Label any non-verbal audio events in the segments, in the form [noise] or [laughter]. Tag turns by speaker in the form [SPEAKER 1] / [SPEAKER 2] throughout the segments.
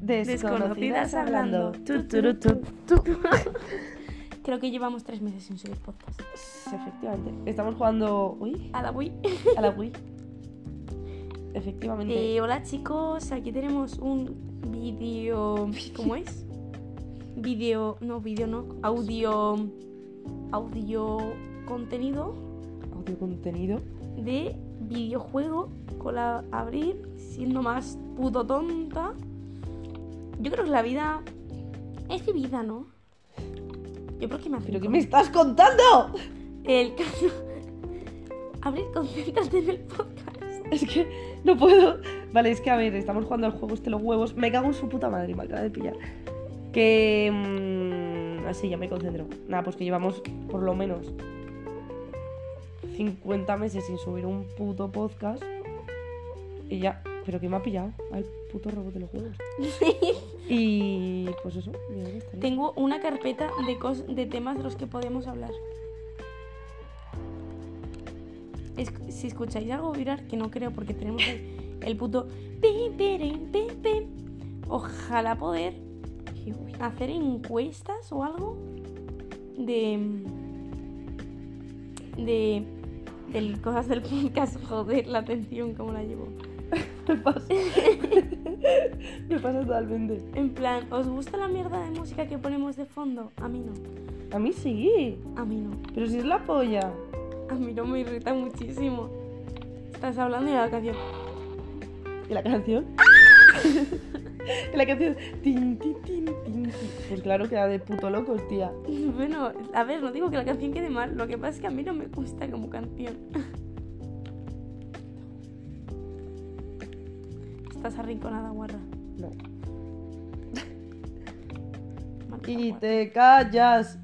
[SPEAKER 1] Desconocidas hablando.
[SPEAKER 2] Tu, tu, ru, tu, tu.
[SPEAKER 1] Creo que llevamos tres meses sin subir podcast.
[SPEAKER 2] Sí, Efectivamente. Estamos jugando. Uy,
[SPEAKER 1] A la [laughs] Wii.
[SPEAKER 2] a la Wii. Efectivamente.
[SPEAKER 1] Eh, hola chicos, aquí tenemos un vídeo. ¿Cómo [laughs] es? Vídeo. No, vídeo no. Audio. Audio contenido
[SPEAKER 2] Audio contenido.
[SPEAKER 1] de videojuego con la Abril, siendo más puto tonta. Yo creo que la vida es vivida, ¿no? Yo creo que me hace
[SPEAKER 2] ¿Pero qué me estás contando?
[SPEAKER 1] El [laughs] caso. Abril, concéntrate en el [laughs] podcast.
[SPEAKER 2] Es que no puedo. Vale, es que a ver, estamos jugando al juego este los huevos. Me cago en su puta madre, me acaba de pillar. Que. mm, así, ya me concentro. Nada, pues que llevamos por lo menos 50 meses sin subir un puto podcast. Y ya. Pero que me ha pillado al puto robot de los huevos. y pues eso, mira, ya estaría.
[SPEAKER 1] Tengo una carpeta de, cos- de temas de los que podemos hablar. Es- si escucháis algo vibrar, que no creo porque tenemos el, el puto... pim, pirim, pim, pim. Ojalá poder
[SPEAKER 2] Qué guay.
[SPEAKER 1] hacer encuestas o algo de... De... de cosas del podcast. Joder, la atención, cómo la llevo.
[SPEAKER 2] Me [laughs] pasa. me pasa totalmente.
[SPEAKER 1] En plan, ¿os gusta la mierda de música que ponemos de fondo? A mí no.
[SPEAKER 2] A mí sí.
[SPEAKER 1] A mí no.
[SPEAKER 2] Pero si es la polla.
[SPEAKER 1] A mí no me irrita muchísimo. Estás hablando de la canción. [laughs]
[SPEAKER 2] ¿Y la canción? [laughs] ¿Y la canción? Tin, tin, tin, tin, tin. Pues claro que era de puto locos, tía.
[SPEAKER 1] Bueno, a ver, no digo que la canción quede mal, lo que pasa es que a mí no me gusta como canción. [laughs] Estás arrinconada, guarra.
[SPEAKER 2] No.
[SPEAKER 1] Maldita
[SPEAKER 2] Y
[SPEAKER 1] guarra.
[SPEAKER 2] te callas.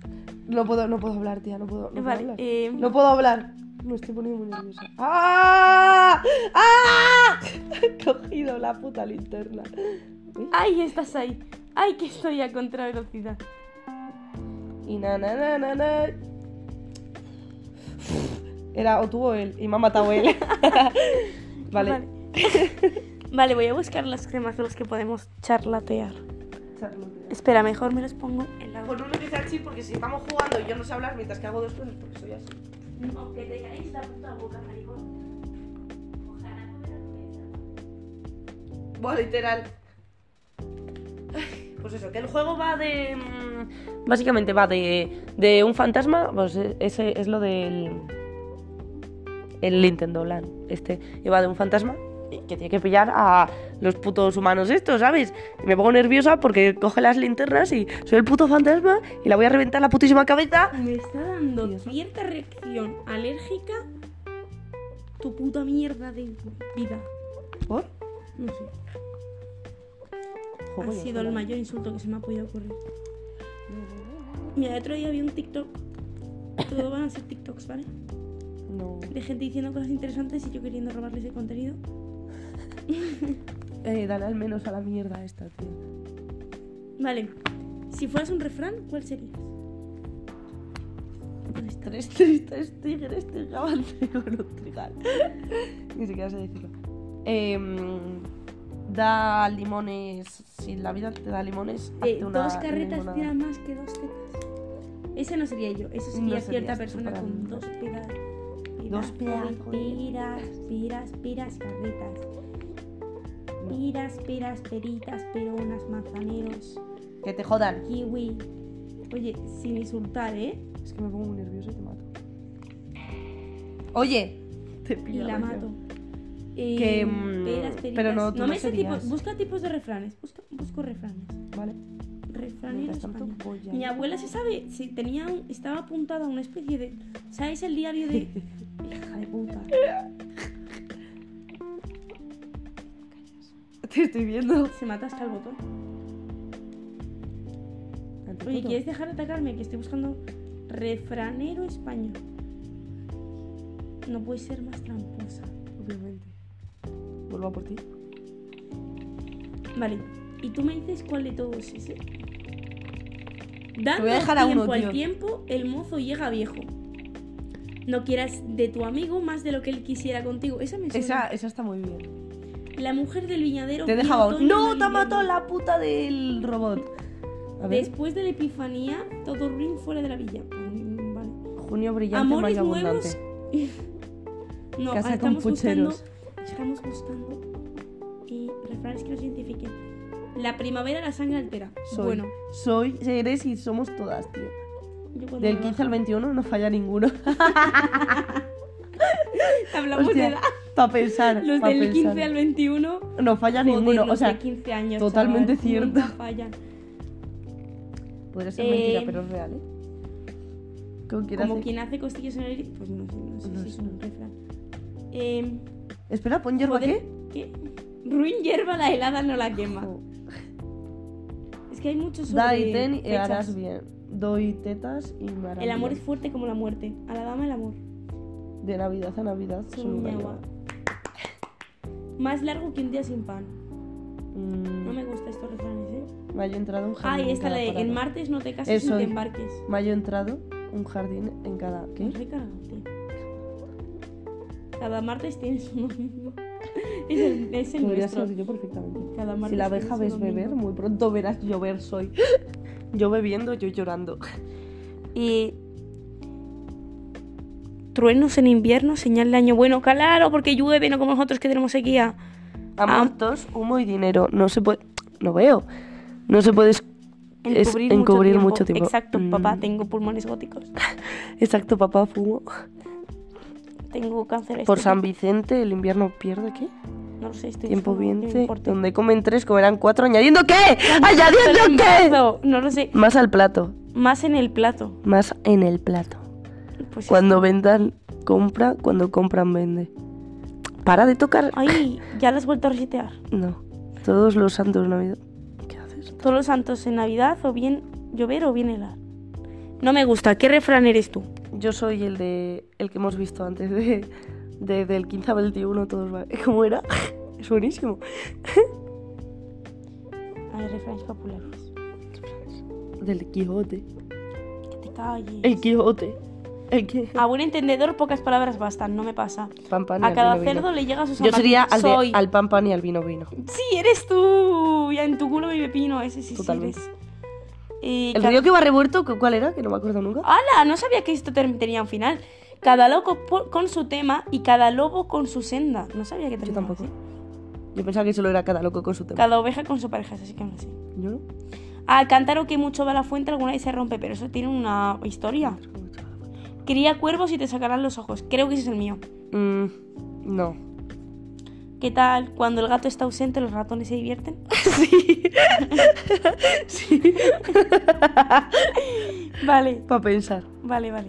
[SPEAKER 2] No puedo, no puedo hablar, tía, no puedo. No
[SPEAKER 1] Vale,
[SPEAKER 2] puedo hablar.
[SPEAKER 1] eh,
[SPEAKER 2] No puedo hablar. Me estoy poniendo muy nerviosa. ¡Ah! ¡Ah! [laughs] He cogido la puta linterna. Uy.
[SPEAKER 1] ¡Ay, estás ahí! ¡Ay, que estoy a contravelocidad!
[SPEAKER 2] Y na, na, na, na, na. Era o tú o él. Y me ha matado [laughs] él. vale.
[SPEAKER 1] Vale. Vale, [laughs] voy a buscar las cremas de las que podemos charlatear. Espera, mejor me los pongo en la
[SPEAKER 2] Con uno que sea así, porque si estamos jugando y yo no sé hablar mientras que hago dos cosas, porque soy así.
[SPEAKER 1] Aunque te caéis la puta boca, maricón. Ojalá no me la cabeza.
[SPEAKER 2] Bueno, literal. Pues eso, que el juego va de. mm, Básicamente va de, de un fantasma, pues eh, ese es lo del. El Nintendo Land, este. Y va de un fantasma y que tiene que pillar a los putos humanos estos, ¿sabes? Y me pongo nerviosa porque coge las linternas y soy el puto fantasma y la voy a reventar la putísima cabeza.
[SPEAKER 1] Me está dando
[SPEAKER 2] Dios.
[SPEAKER 1] cierta reacción alérgica tu puta mierda de vida.
[SPEAKER 2] ¿Por?
[SPEAKER 1] No sé. Ha sido el mayor insulto que se me ha podido ocurrir. Mira, el otro día vi un TikTok. Todo van a ser TikToks, ¿vale?
[SPEAKER 2] No.
[SPEAKER 1] De gente diciendo cosas interesantes y yo queriendo robarles el contenido.
[SPEAKER 2] Eh, dale al menos a la mierda esta, tío.
[SPEAKER 1] Vale. Si fueras un refrán, ¿cuál serías? ¿Dónde está?
[SPEAKER 2] Tres tristes tigres trigaban [laughs] trigo en un trigal. Ni siquiera sé decirlo. Em, da limones. Si la vida te da limones,
[SPEAKER 1] Eh,
[SPEAKER 2] hazte una
[SPEAKER 1] dos carretas
[SPEAKER 2] limonada.
[SPEAKER 1] tiran más que dos tetas. Ese no sería yo, eso
[SPEAKER 2] No
[SPEAKER 1] sería
[SPEAKER 2] serías
[SPEAKER 1] cierta
[SPEAKER 2] tú
[SPEAKER 1] persona
[SPEAKER 2] para
[SPEAKER 1] con
[SPEAKER 2] mí.
[SPEAKER 1] dos pedas.
[SPEAKER 2] Dos pedazos.
[SPEAKER 1] Piras, piras, piras, carretas. Piras, peras, peritas, peronas, manzaneros,
[SPEAKER 2] Que te jodan.
[SPEAKER 1] kiwi. Oye, sin insultar, ¿eh?
[SPEAKER 2] Es que me pongo muy nerviosa y te mato. Oye, te
[SPEAKER 1] Y
[SPEAKER 2] pillo
[SPEAKER 1] la
[SPEAKER 2] pues yo.
[SPEAKER 1] mato. Eh,
[SPEAKER 2] Que, mm,
[SPEAKER 1] peras,
[SPEAKER 2] pero
[SPEAKER 1] peritas.
[SPEAKER 2] no, tú
[SPEAKER 1] no
[SPEAKER 2] no
[SPEAKER 1] me sé
[SPEAKER 2] serías.
[SPEAKER 1] tipos, busca tipos de refranes. Busca, busco refranes.
[SPEAKER 2] Vale.
[SPEAKER 1] Refranes
[SPEAKER 2] Mientras tanto,
[SPEAKER 1] españoles.
[SPEAKER 2] voy a-
[SPEAKER 1] Mi abuela se sabe, se tenía un- estaba apuntada a una especie de. ¿Sabéis el
[SPEAKER 2] [laughs]
[SPEAKER 1] diario de.? Hija de puta.
[SPEAKER 2] [laughs] Te estoy viendo.
[SPEAKER 1] Se mata hasta el botón. Oye, ¿quieres dejar de atacarme? Que estoy buscando refranero español. No puede ser más tramposa.
[SPEAKER 2] Obviamente. Vuelvo a por ti.
[SPEAKER 1] Vale, y tú me dices cuál de todos es. eh? Dando
[SPEAKER 2] voy a dejar a uno,
[SPEAKER 1] tiempo al
[SPEAKER 2] tío.
[SPEAKER 1] tiempo, el mozo llega viejo. No quieras de tu amigo más de lo que él quisiera contigo. Esa me suena.
[SPEAKER 2] Esa, esa está muy bien.
[SPEAKER 1] La mujer del viñadero.
[SPEAKER 2] Te
[SPEAKER 1] vio
[SPEAKER 2] dejaba un...
[SPEAKER 1] otoño en
[SPEAKER 2] ¡No!
[SPEAKER 1] el
[SPEAKER 2] ¡Te ha matado
[SPEAKER 1] invierno.
[SPEAKER 2] la puta del robot! A ver.
[SPEAKER 1] Después de la epifanía, todo ruin fuera de la villa. Mm, Vale.
[SPEAKER 2] Junio brillante,
[SPEAKER 1] Amores
[SPEAKER 2] mayo
[SPEAKER 1] nuevos.
[SPEAKER 2] abundante.
[SPEAKER 1] [laughs] no,
[SPEAKER 2] Casa con
[SPEAKER 1] estamos buscando.
[SPEAKER 2] pucheros.
[SPEAKER 1] Estamos buscando eh, refranes que nos identifiquen. La primavera la sangre altera.
[SPEAKER 2] Soy,
[SPEAKER 1] Bueno,
[SPEAKER 2] soy, eres y somos todas, tío.
[SPEAKER 1] yo cuando
[SPEAKER 2] Del
[SPEAKER 1] me
[SPEAKER 2] 15
[SPEAKER 1] bajo-
[SPEAKER 2] al 21 no falla ninguno.
[SPEAKER 1] [laughs]
[SPEAKER 2] [laughs]
[SPEAKER 1] hablamos de
[SPEAKER 2] Hostia,
[SPEAKER 1] edad.
[SPEAKER 2] para pensar.
[SPEAKER 1] Los
[SPEAKER 2] pa'
[SPEAKER 1] del
[SPEAKER 2] pensar.
[SPEAKER 1] 15 al 21
[SPEAKER 2] No falla
[SPEAKER 1] Joder,
[SPEAKER 2] Ah, ninguno. O
[SPEAKER 1] los
[SPEAKER 2] sea,
[SPEAKER 1] de 15 años,
[SPEAKER 2] totalmente
[SPEAKER 1] chaval,
[SPEAKER 2] cierto.
[SPEAKER 1] nunca
[SPEAKER 2] [laughs]
[SPEAKER 1] fallan.
[SPEAKER 2] podría ser
[SPEAKER 1] Eh,
[SPEAKER 2] mentira, pero es real, ¿eh? Como quieras.
[SPEAKER 1] Como
[SPEAKER 2] eh.
[SPEAKER 1] quien hace costillas en el... Pues no sé, no sé
[SPEAKER 2] No
[SPEAKER 1] si es
[SPEAKER 2] sé.
[SPEAKER 1] un refrán. Eh,
[SPEAKER 2] Espera, pon hierba
[SPEAKER 1] joder,
[SPEAKER 2] qué.
[SPEAKER 1] ¿qué? Ruin hierba la helada no la quema.
[SPEAKER 2] Jo.
[SPEAKER 1] Es que hay muchos sobre
[SPEAKER 2] Da y ten y
[SPEAKER 1] fechas.
[SPEAKER 2] harás bien. Doy tetas y me harás
[SPEAKER 1] El amor es
[SPEAKER 2] bien.
[SPEAKER 1] fuerte como la muerte. A la dama el amor.
[SPEAKER 2] De Navidad a Navidad.
[SPEAKER 1] Solo
[SPEAKER 2] solo
[SPEAKER 1] un
[SPEAKER 2] una
[SPEAKER 1] agua.
[SPEAKER 2] llave.
[SPEAKER 1] Más largo que un día sin pan.
[SPEAKER 2] Mm,
[SPEAKER 1] No me gustan estos refranes, ¿eh?
[SPEAKER 2] Mayo entrado un jardín. en
[SPEAKER 1] Ay, esta la
[SPEAKER 2] cada
[SPEAKER 1] de en
[SPEAKER 2] parada.
[SPEAKER 1] martes no te cases
[SPEAKER 2] Eso
[SPEAKER 1] ni te
[SPEAKER 2] es.
[SPEAKER 1] embarques.
[SPEAKER 2] Mayo entrado un jardín en cada. ¿Qué?
[SPEAKER 1] Recárgate. Cada martes tienes un domingo. [laughs] Es el, es el
[SPEAKER 2] Podría
[SPEAKER 1] nuestro.
[SPEAKER 2] ser yo perfectamente.
[SPEAKER 1] Cada martes
[SPEAKER 2] Si la abeja
[SPEAKER 1] tienes
[SPEAKER 2] ves
[SPEAKER 1] un
[SPEAKER 2] beber,
[SPEAKER 1] domingo.
[SPEAKER 2] muy pronto verás llover soy. [laughs] Yo bebiendo, yo llorando.
[SPEAKER 1] Y. Truenos en invierno, señal de año bueno. Claro, porque llueve, no como nosotros que tenemos sequía. Ah.
[SPEAKER 2] Amor, tos, humo y dinero. No se puede... No veo. No se puede es- es encubrir, mucho, tiempo.
[SPEAKER 1] Exacto,
[SPEAKER 2] Mm,
[SPEAKER 1] papá, tengo pulmones góticos.
[SPEAKER 2] Exacto, papá, fumo.
[SPEAKER 1] Tengo cáncer.
[SPEAKER 2] Por
[SPEAKER 1] estómago.
[SPEAKER 2] San Vicente, el invierno pierde, ¿qué?
[SPEAKER 1] No lo sé, estoy
[SPEAKER 2] Tiempo
[SPEAKER 1] enferma, no me
[SPEAKER 2] viente.
[SPEAKER 1] importa.
[SPEAKER 2] Donde comen tres, comerán cuatro. ¿Añadiendo qué?
[SPEAKER 1] Pero en
[SPEAKER 2] ¿Añadiendo qué?
[SPEAKER 1] marzo, No lo sé.
[SPEAKER 2] Más al plato.
[SPEAKER 1] Más en el plato.
[SPEAKER 2] Más en el plato.
[SPEAKER 1] Pues
[SPEAKER 2] Cuando vendan, compra. Cuando compran, vende. Para de tocar.
[SPEAKER 1] Ay, ya las has vuelto a resetear.
[SPEAKER 2] No. Todos los santos navidad. ¿Qué haces?
[SPEAKER 1] Todos los santos en Navidad, o bien llover o bien helar. No me gusta. ¿Qué refrán eres tú?
[SPEAKER 2] Yo soy el de el que hemos visto antes de, de- del 15 a 21 todos va- [laughs] ¿Cómo era? Es buenísimo.
[SPEAKER 1] Hay refranes populares.
[SPEAKER 2] Del Quijote.
[SPEAKER 1] Que te calles.
[SPEAKER 2] El Quijote. El que
[SPEAKER 1] A buen entendedor, pocas palabras bastan. No me pasa.
[SPEAKER 2] Pan pan y
[SPEAKER 1] A
[SPEAKER 2] al
[SPEAKER 1] cada
[SPEAKER 2] vino, vino.
[SPEAKER 1] cerdo le llega su
[SPEAKER 2] Yo
[SPEAKER 1] zapato.
[SPEAKER 2] sería al, de-
[SPEAKER 1] Soy.
[SPEAKER 2] al pan pan y al vino vino.
[SPEAKER 1] Sí, eres tú. Ya en tu culo mi pepino. Ese sí,
[SPEAKER 2] Totalmente.
[SPEAKER 1] sí eres. Eh,
[SPEAKER 2] El
[SPEAKER 1] ca-
[SPEAKER 2] río que va revuelto, ¿cu- ¿cuál era? Que no me acuerdo nunca.
[SPEAKER 1] ¡Hala! No sabía que esto ter- tenía un final. Cada loco po- con su tema y cada lobo con su senda. No sabía que
[SPEAKER 2] Yo
[SPEAKER 1] terminaba
[SPEAKER 2] tampoco.
[SPEAKER 1] así.
[SPEAKER 2] Yo pensaba que solo era cada loco con su tema.
[SPEAKER 1] Cada oveja con su pareja, así que no sé.
[SPEAKER 2] Yo no.
[SPEAKER 1] Al cántaro que mucho va la fuente, alguna vez se rompe, pero eso tiene una historia. Cría cuervos y te sacarán los ojos. Creo que ese es el mío.
[SPEAKER 2] Mm, no.
[SPEAKER 1] ¿Qué tal? Cuando el gato está ausente, los ratones se
[SPEAKER 2] [laughs]
[SPEAKER 1] divierten. [laughs] sí. Vale,
[SPEAKER 2] Para pensar.
[SPEAKER 1] vale, vale.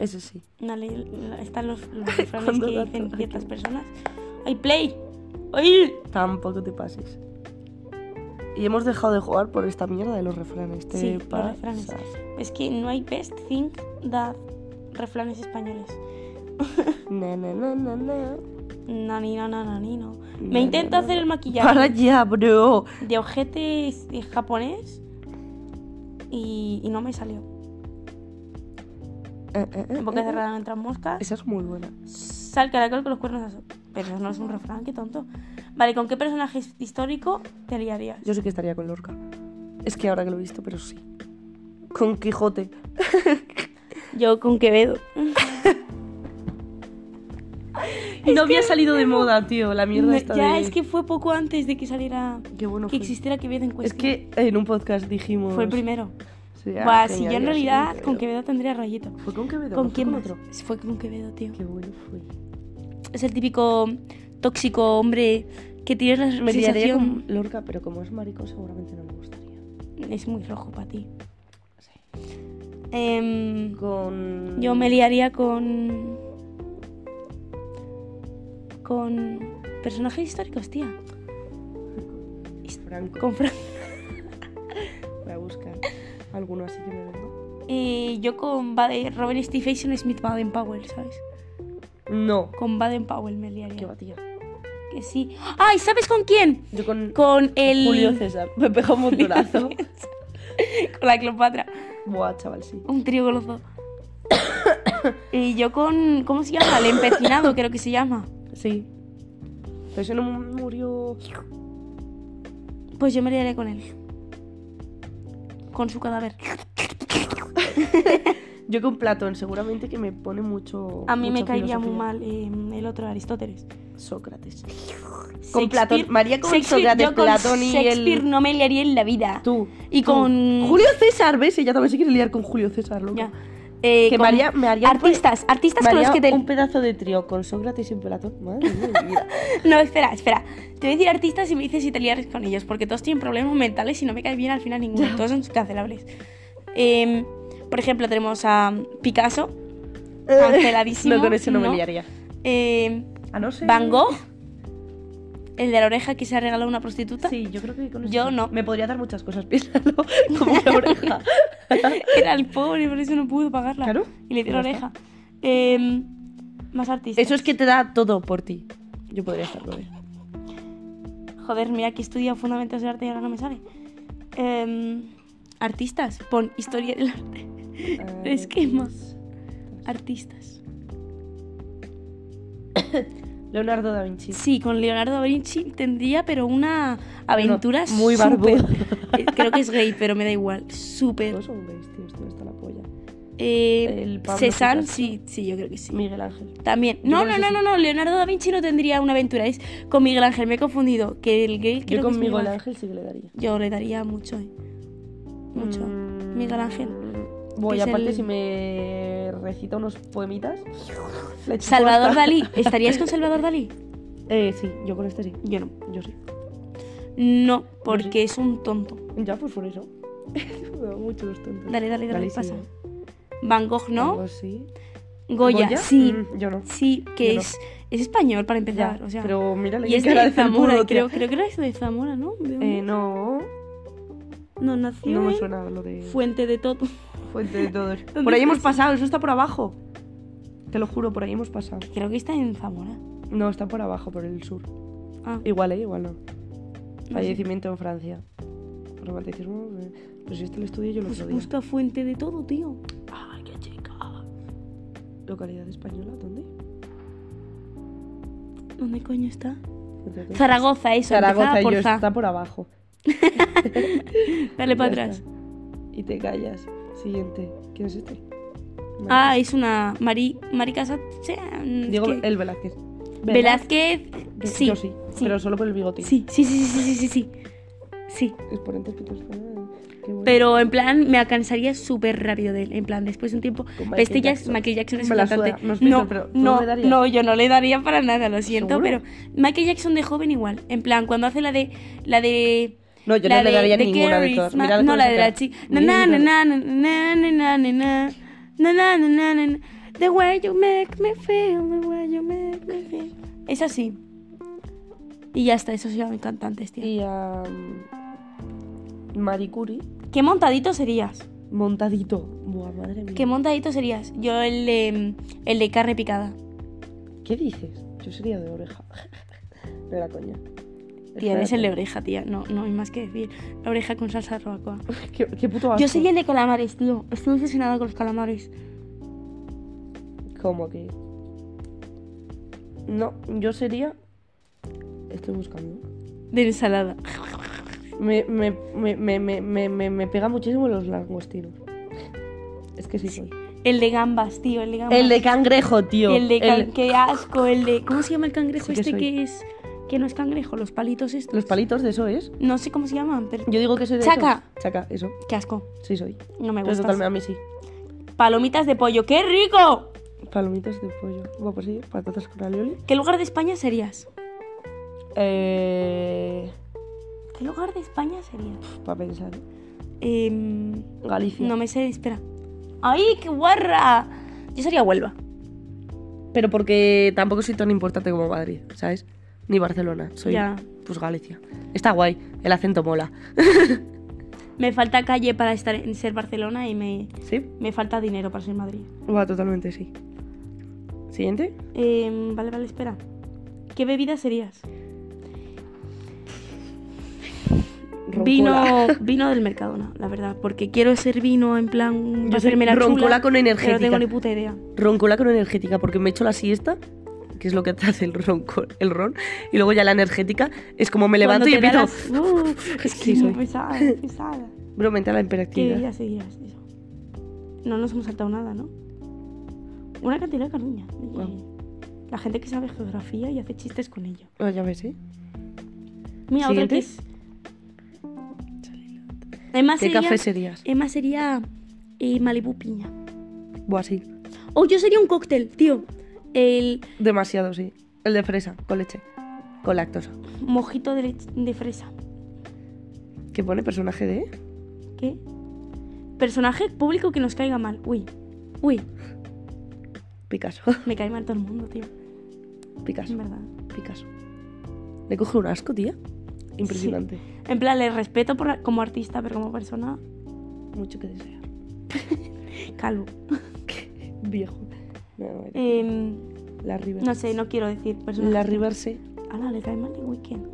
[SPEAKER 2] Ese sí.
[SPEAKER 1] Dale, la- están los, los refranes
[SPEAKER 2] Cuando
[SPEAKER 1] que
[SPEAKER 2] el gato-
[SPEAKER 1] dicen ciertas personas. ¡Ay, play! ¡Ay!
[SPEAKER 2] Tampoco te pases. Y hemos dejado de jugar por esta mierda de los refranes. Te
[SPEAKER 1] Sí, los refranes.
[SPEAKER 2] pasas.
[SPEAKER 1] Es que no hay best thing that refranes españoles.
[SPEAKER 2] Na, na, na, na, na.
[SPEAKER 1] Nani, no, no, nani, no.
[SPEAKER 2] Na,
[SPEAKER 1] Me intento
[SPEAKER 2] na, na.
[SPEAKER 1] hacer el maquillaje.
[SPEAKER 2] Para ya, bro. Eh,
[SPEAKER 1] de ojete eh, japonés y, y no me salió.
[SPEAKER 2] Eh, eh, eh,
[SPEAKER 1] En boca
[SPEAKER 2] eh.
[SPEAKER 1] cerrada no entran moscas.
[SPEAKER 2] Esa es muy buena.
[SPEAKER 1] Sal caracol con los cuernos aso- Pero eso no es un refrán, qué tonto. Vale, ¿con qué personaje his- histórico te liarías?
[SPEAKER 2] Yo sí que estaría con Lorca. Es que ahora que lo he visto, pero sí. Con Quijote.
[SPEAKER 1] Yo con Quevedo.
[SPEAKER 2] no había salido de moda, tío. La mierda
[SPEAKER 1] No,
[SPEAKER 2] esta
[SPEAKER 1] ya,
[SPEAKER 2] de-
[SPEAKER 1] es que fue poco antes de que saliera.
[SPEAKER 2] Qué bueno
[SPEAKER 1] que
[SPEAKER 2] fue.
[SPEAKER 1] existiera Quevedo en
[SPEAKER 2] Es
[SPEAKER 1] cuestión.
[SPEAKER 2] que en un podcast dijimos...
[SPEAKER 1] Fue el primero.
[SPEAKER 2] Sí, ah,
[SPEAKER 1] Buah, si
[SPEAKER 2] genial,
[SPEAKER 1] yo
[SPEAKER 2] ya,
[SPEAKER 1] en
[SPEAKER 2] sí,
[SPEAKER 1] realidad con
[SPEAKER 2] Quevedo.
[SPEAKER 1] Quevedo tendría rayito.
[SPEAKER 2] ¿Fue con Quevedo?
[SPEAKER 1] ¿Con
[SPEAKER 2] ¿No fue
[SPEAKER 1] quién más?
[SPEAKER 2] otro?
[SPEAKER 1] Fue con Quevedo, tío.
[SPEAKER 2] Qué bueno fue.
[SPEAKER 1] Es el típico tóxico hombre que tienes
[SPEAKER 2] [laughs]
[SPEAKER 1] la
[SPEAKER 2] Me liaría
[SPEAKER 1] sensación-
[SPEAKER 2] con Lorca, pero como es maricón seguramente no me gustaría.
[SPEAKER 1] Es muy rojo para ti.
[SPEAKER 2] Sí.
[SPEAKER 1] Em,
[SPEAKER 2] Con...
[SPEAKER 1] yo me liaría con. con. personajes históricos, tía.
[SPEAKER 2] Franco.
[SPEAKER 1] Con Fran.
[SPEAKER 2] Voy a buscar alguno así que me venga.
[SPEAKER 1] Eh, yo con Baden, Robert Stephenson Smith Baden Powell, ¿sabes?
[SPEAKER 2] No.
[SPEAKER 1] Con Baden Powell me
[SPEAKER 2] Qué
[SPEAKER 1] liaría.
[SPEAKER 2] batía.
[SPEAKER 1] Que sí. ¡Ay! ¿Sabes con quién?
[SPEAKER 2] Yo con...
[SPEAKER 1] Con el. [laughs]
[SPEAKER 2] Julio César. Me pegó un montonazo.
[SPEAKER 1] con la Cleopatra.
[SPEAKER 2] Buah, chaval, sí.
[SPEAKER 1] Un trío
[SPEAKER 2] [coughs]
[SPEAKER 1] goloso. y yo con. ¿Cómo se llama? El empecinado, creo que se llama.
[SPEAKER 2] Sí. Pero ese no murió.
[SPEAKER 1] Pues yo me liaré con él. Con su cadáver.
[SPEAKER 2] Yo con Platón, seguramente que me pone mucho.
[SPEAKER 1] A mí me
[SPEAKER 2] mucha
[SPEAKER 1] caería muy
[SPEAKER 2] filosofía.
[SPEAKER 1] mal eh, el otro Aristóteles.
[SPEAKER 2] Sócrates.
[SPEAKER 1] Shakespeare-
[SPEAKER 2] Con Platón. María con
[SPEAKER 1] Shakespeare-
[SPEAKER 2] Sócrates,
[SPEAKER 1] yo con
[SPEAKER 2] Platón y
[SPEAKER 1] Shakespeare
[SPEAKER 2] el.
[SPEAKER 1] no me liaría en la vida.
[SPEAKER 2] Tú.
[SPEAKER 1] Y
[SPEAKER 2] tú.
[SPEAKER 1] con-
[SPEAKER 2] Julio César, ¿ves? Ella también se quiere liar con Julio César, loco.
[SPEAKER 1] Ya. Eh,
[SPEAKER 2] Que
[SPEAKER 1] con
[SPEAKER 2] María- me haría-
[SPEAKER 1] artistas, artistas
[SPEAKER 2] Me
[SPEAKER 1] con los
[SPEAKER 2] haría
[SPEAKER 1] que te
[SPEAKER 2] un pedazo de trío con Sócrates y Platón. Madre mía, de mi [laughs] vida.
[SPEAKER 1] [laughs] No, espera, espera. Te voy a decir artistas y me dices si te liares con ellos, porque todos tienen problemas mentales y no me cae bien al final ninguno. Todos son cancelables. Em, por ejemplo, tenemos a Picasso, canceladísimo.
[SPEAKER 2] No, con eso no, me liaría.
[SPEAKER 1] Em,
[SPEAKER 2] A no ser.
[SPEAKER 1] Van Gogh, el de la oreja que se ha regalado a una prostituta.
[SPEAKER 2] Sí, yo creo que con eso.
[SPEAKER 1] Yo
[SPEAKER 2] sí.
[SPEAKER 1] no.
[SPEAKER 2] Me podría dar muchas cosas, [laughs] piénsalo. Como una oreja.
[SPEAKER 1] [laughs] Era el pobre, por eso no pudo pagarla.
[SPEAKER 2] Claro.
[SPEAKER 1] Y le dio la
[SPEAKER 2] Ya
[SPEAKER 1] oreja.
[SPEAKER 2] está.
[SPEAKER 1] Em, más
[SPEAKER 2] [laughs]
[SPEAKER 1] artistas.
[SPEAKER 2] Eso es que te da todo por ti. Yo podría ¿eh? estarlo bien.
[SPEAKER 1] Joder, mira que estudia fundamentos de arte y ahora no me sale. Em, artistas, pon historia del arte.
[SPEAKER 2] Eh,
[SPEAKER 1] Es que más. [laughs] Artistas.
[SPEAKER 2] Leonardo da Vinci.
[SPEAKER 1] Sí, con Leonardo da Vinci tendría, pero una aventura
[SPEAKER 2] No, muy
[SPEAKER 1] súper-
[SPEAKER 2] [laughs] barbudo.
[SPEAKER 1] Eh, Creo que es gay, pero me da igual. Súper.
[SPEAKER 2] Todos son gays, tío. Esto está la polla.
[SPEAKER 1] Eh,
[SPEAKER 2] El Pablo
[SPEAKER 1] Cézanne,
[SPEAKER 2] Picasso.
[SPEAKER 1] sí, sí, yo creo que sí.
[SPEAKER 2] Miguel Ángel.
[SPEAKER 1] También.
[SPEAKER 2] Yo
[SPEAKER 1] No,
[SPEAKER 2] creo
[SPEAKER 1] no,
[SPEAKER 2] que
[SPEAKER 1] no,
[SPEAKER 2] sí.
[SPEAKER 1] no, no. Leonardo da Vinci no tendría una aventura. Es con Miguel Ángel, me he confundido. Que el gay creo
[SPEAKER 2] Yo
[SPEAKER 1] que es
[SPEAKER 2] con
[SPEAKER 1] Miguel
[SPEAKER 2] Miguel
[SPEAKER 1] Ángel.
[SPEAKER 2] Ángel sí que le daría.
[SPEAKER 1] Yo le daría mucho, eh. Mucho.
[SPEAKER 2] Mm.
[SPEAKER 1] Miguel Ángel.
[SPEAKER 2] Voy,
[SPEAKER 1] Es
[SPEAKER 2] aparte,
[SPEAKER 1] el-
[SPEAKER 2] si me recita unos poemitas. [laughs] le echo
[SPEAKER 1] Salvador
[SPEAKER 2] pasta.
[SPEAKER 1] Dalí. ¿Estarías con Salvador Dalí?
[SPEAKER 2] Eh, sí, yo con este sí.
[SPEAKER 1] Yo no.
[SPEAKER 2] Yo sí.
[SPEAKER 1] No,
[SPEAKER 2] Pues
[SPEAKER 1] porque es un tonto.
[SPEAKER 2] Ya, pues por eso. [laughs] me da mucho los tontos.
[SPEAKER 1] Dale, dale, dale,
[SPEAKER 2] Dalí sí,
[SPEAKER 1] pasa.
[SPEAKER 2] ¿eh?
[SPEAKER 1] Van Gogh no.
[SPEAKER 2] Algo así.
[SPEAKER 1] Goya, sí.
[SPEAKER 2] Mm, yo no.
[SPEAKER 1] Sí, que
[SPEAKER 2] Yo no.
[SPEAKER 1] es, es español para empezar.
[SPEAKER 2] Ya,
[SPEAKER 1] o sea,
[SPEAKER 2] pero mira la [laughs]
[SPEAKER 1] y es
[SPEAKER 2] cara
[SPEAKER 1] de
[SPEAKER 2] de
[SPEAKER 1] Zamora,
[SPEAKER 2] felpudo,
[SPEAKER 1] creo,
[SPEAKER 2] tío.
[SPEAKER 1] creo que era de Zamora, ¿no? ¿De dónde?
[SPEAKER 2] Eh, no.
[SPEAKER 1] no, nació
[SPEAKER 2] No me
[SPEAKER 1] en
[SPEAKER 2] suena lo de
[SPEAKER 1] Fuente de Toto.
[SPEAKER 2] Fuente de
[SPEAKER 1] [laughs]
[SPEAKER 2] Todos.
[SPEAKER 1] está
[SPEAKER 2] Por ahí hemos pasado, eso está por abajo. Te lo juro, por ahí hemos pasado.
[SPEAKER 1] [laughs] Creo que está en Zamora.
[SPEAKER 2] No, está por abajo, por el sur.
[SPEAKER 1] Ah,
[SPEAKER 2] Igual, ¿eh? Igual no.
[SPEAKER 1] sé.
[SPEAKER 2] Fallecimiento en Francia. Romanticismo. eh. Pues si este lo estudié yo el
[SPEAKER 1] pues
[SPEAKER 2] otro día.
[SPEAKER 1] busca Fuente de Todo, tío.
[SPEAKER 2] Ay, qué chica. Localidad española, ¿dónde?
[SPEAKER 1] ¿Dónde coño está?
[SPEAKER 2] Fuente de Todos.
[SPEAKER 1] Zaragoza, eso.
[SPEAKER 2] Pues Zaragoza,
[SPEAKER 1] empezaba por
[SPEAKER 2] yo,
[SPEAKER 1] Za.
[SPEAKER 2] está por abajo.
[SPEAKER 1] [laughs] Dale para
[SPEAKER 2] Ya
[SPEAKER 1] atrás.
[SPEAKER 2] está. Y te callas. Siguiente. ¿Quién es este?
[SPEAKER 1] Ah, es una. Mari, Mari Casat.
[SPEAKER 2] Diego el Velázquez.
[SPEAKER 1] Velázquez.
[SPEAKER 2] Yo-
[SPEAKER 1] Sí.
[SPEAKER 2] Yo sí,
[SPEAKER 1] sí.
[SPEAKER 2] pero solo por el bigote.
[SPEAKER 1] Sí, sí, sí, sí, sí, sí, sí. Sí,
[SPEAKER 2] Exponentes que te suenan, Ah, qué bueno.
[SPEAKER 1] pero en plan me alcanzaría súper rápido de él. En plan, después de un tiempo.
[SPEAKER 2] Con Michael
[SPEAKER 1] Pero este ya es-
[SPEAKER 2] Jackson.
[SPEAKER 1] Michael Jackson es
[SPEAKER 2] Me
[SPEAKER 1] un
[SPEAKER 2] la
[SPEAKER 1] cantante.
[SPEAKER 2] suda, lo siento,
[SPEAKER 1] No,
[SPEAKER 2] pero ¿tú
[SPEAKER 1] no,
[SPEAKER 2] le darías?
[SPEAKER 1] no, yo no le daría para nada, lo siento,
[SPEAKER 2] ¿Seguro?
[SPEAKER 1] pero Michael Jackson de joven igual. En plan, cuando hace la de. La de
[SPEAKER 2] No, yo
[SPEAKER 1] la
[SPEAKER 2] no le daría
[SPEAKER 1] de
[SPEAKER 2] ninguna de
[SPEAKER 1] Carrie's,
[SPEAKER 2] todas.
[SPEAKER 1] ma-
[SPEAKER 2] Mira
[SPEAKER 1] no, la
[SPEAKER 2] todas
[SPEAKER 1] de
[SPEAKER 2] acá.
[SPEAKER 1] la chica. Na,
[SPEAKER 2] Mira
[SPEAKER 1] na, na,
[SPEAKER 2] todas.
[SPEAKER 1] na, na, na, na, na, na, na, na, na, na, na, na. The way you make me feel, the way you make me feel. Es así. Y ya está, esos eran cantantes, tío.
[SPEAKER 2] Y a. Marie Curie.
[SPEAKER 1] ¿Qué montadito serías?
[SPEAKER 2] Montadito. Buah, madre mía.
[SPEAKER 1] ¿Qué montadito serías? Yo el de, el de carne picada.
[SPEAKER 2] ¿Qué dices? Yo sería de oreja. [laughs] No era coña.
[SPEAKER 1] Tía,
[SPEAKER 2] Espérate.
[SPEAKER 1] eres el de oreja, tía. No, no hay más que decir. La oreja con salsa de barbacoa.
[SPEAKER 2] ¿Qué, qué puto asco.
[SPEAKER 1] Yo soy el de calamares, tío. Estoy obsesionada con los calamares.
[SPEAKER 2] Como que. No, yo sería. Estoy buscando.
[SPEAKER 1] De ensalada.
[SPEAKER 2] Me, me, me, me, me, me, me- me pega muchísimo los langostinos. Es que sí, soy.
[SPEAKER 1] El de gambas, tío. El de gambas.
[SPEAKER 2] El de cangrejo, tío.
[SPEAKER 1] El de can-
[SPEAKER 2] El-
[SPEAKER 1] qué asco, el de ¿cómo se llama el cangrejo
[SPEAKER 2] Sí que
[SPEAKER 1] este
[SPEAKER 2] soy.
[SPEAKER 1] que es que no es cangrejo, los palitos estos?
[SPEAKER 2] Los palitos de eso es.
[SPEAKER 1] No sé cómo se llaman, pero
[SPEAKER 2] Yo digo que soy de
[SPEAKER 1] Chaca.
[SPEAKER 2] esos. Chaca, eso.
[SPEAKER 1] qué asco.
[SPEAKER 2] Sí soy.
[SPEAKER 1] No me
[SPEAKER 2] Pero
[SPEAKER 1] gusta.
[SPEAKER 2] totalmente a mí sí.
[SPEAKER 1] Palomitas de pollo, qué rico.
[SPEAKER 2] Palomitas de pollo. Bueno, pues sí, patatas con alioli.
[SPEAKER 1] ¿Qué lugar de España serías?
[SPEAKER 2] Eh...
[SPEAKER 1] ¿Qué lugar de España serías?
[SPEAKER 2] Para pensar. ¿eh?
[SPEAKER 1] Em,
[SPEAKER 2] Galicia.
[SPEAKER 1] no me sé, espera. Ay, qué guarra. Yo sería Huelva.
[SPEAKER 2] Pero porque tampoco soy tan importante como Madrid, ¿sabes? Ni Barcelona. Soy,
[SPEAKER 1] Ya.
[SPEAKER 2] pues, Galicia. Está guay. El acento mola.
[SPEAKER 1] Me falta calle para estar en ser Barcelona y me,
[SPEAKER 2] ¿Sí?
[SPEAKER 1] me falta dinero para ser Madrid.
[SPEAKER 2] Va, totalmente sí. ¿Siguiente?
[SPEAKER 1] Em, vale, vale, espera. ¿Qué bebida serías?
[SPEAKER 2] Roncola. [laughs]
[SPEAKER 1] Vino, vino del Mercadona, la verdad, porque quiero ser vino en plan
[SPEAKER 2] Yo
[SPEAKER 1] yo
[SPEAKER 2] soy
[SPEAKER 1] hacerme la
[SPEAKER 2] roncola
[SPEAKER 1] chula,
[SPEAKER 2] con
[SPEAKER 1] pero No
[SPEAKER 2] energética.
[SPEAKER 1] tengo ni puta idea.
[SPEAKER 2] Roncola con energética, porque me echo la siesta que es lo que te hace el ron, con- el ron. Y luego ya la energética es como me levanto y
[SPEAKER 1] Cuando te
[SPEAKER 2] empiezo.
[SPEAKER 1] veas, uh, es que
[SPEAKER 2] Sí,
[SPEAKER 1] es muy
[SPEAKER 2] soy.
[SPEAKER 1] pesada, es pesada.
[SPEAKER 2] Broma, entra la
[SPEAKER 1] ¿Qué
[SPEAKER 2] hiperactividad.
[SPEAKER 1] día seguías eso? No nos hemos saltado nada, ¿no? Una cantidad de carniña.
[SPEAKER 2] Guau.
[SPEAKER 1] La gente que sabe geografía y hace chistes con ello.
[SPEAKER 2] Ah, ya ves, ¿sí?
[SPEAKER 1] Mira, otra
[SPEAKER 2] ¿Siguiente?
[SPEAKER 1] que es... Emma
[SPEAKER 2] ¿Qué
[SPEAKER 1] sería,
[SPEAKER 2] café serías?
[SPEAKER 1] Emma sería eh, Malibu piña.
[SPEAKER 2] Buah, sí.
[SPEAKER 1] O yo sería un cóctel, tío. El
[SPEAKER 2] Demasiado, sí. El de fresa, con leche. Con lactosa.
[SPEAKER 1] mojito de, lech- de fresa.
[SPEAKER 2] ¿Qué pone personaje de?
[SPEAKER 1] ¿Qué? Personaje público que nos caiga mal. Uy. Uy.
[SPEAKER 2] Picasso. [laughs]
[SPEAKER 1] Me cae mal todo el mundo, tío. En
[SPEAKER 2] Picasso.
[SPEAKER 1] verdad.
[SPEAKER 2] Picasso. Le coge un asco, tía. Impresionante.
[SPEAKER 1] En plan, le respeto por- como artista, pero como persona,
[SPEAKER 2] Mucho que desear.
[SPEAKER 1] calvo.
[SPEAKER 2] Qué viejo. No, bueno.
[SPEAKER 1] Em,
[SPEAKER 2] la River.
[SPEAKER 1] no sé, no quiero decir personaje.
[SPEAKER 2] La River sí.
[SPEAKER 1] Ala, le cae mal de Weekend.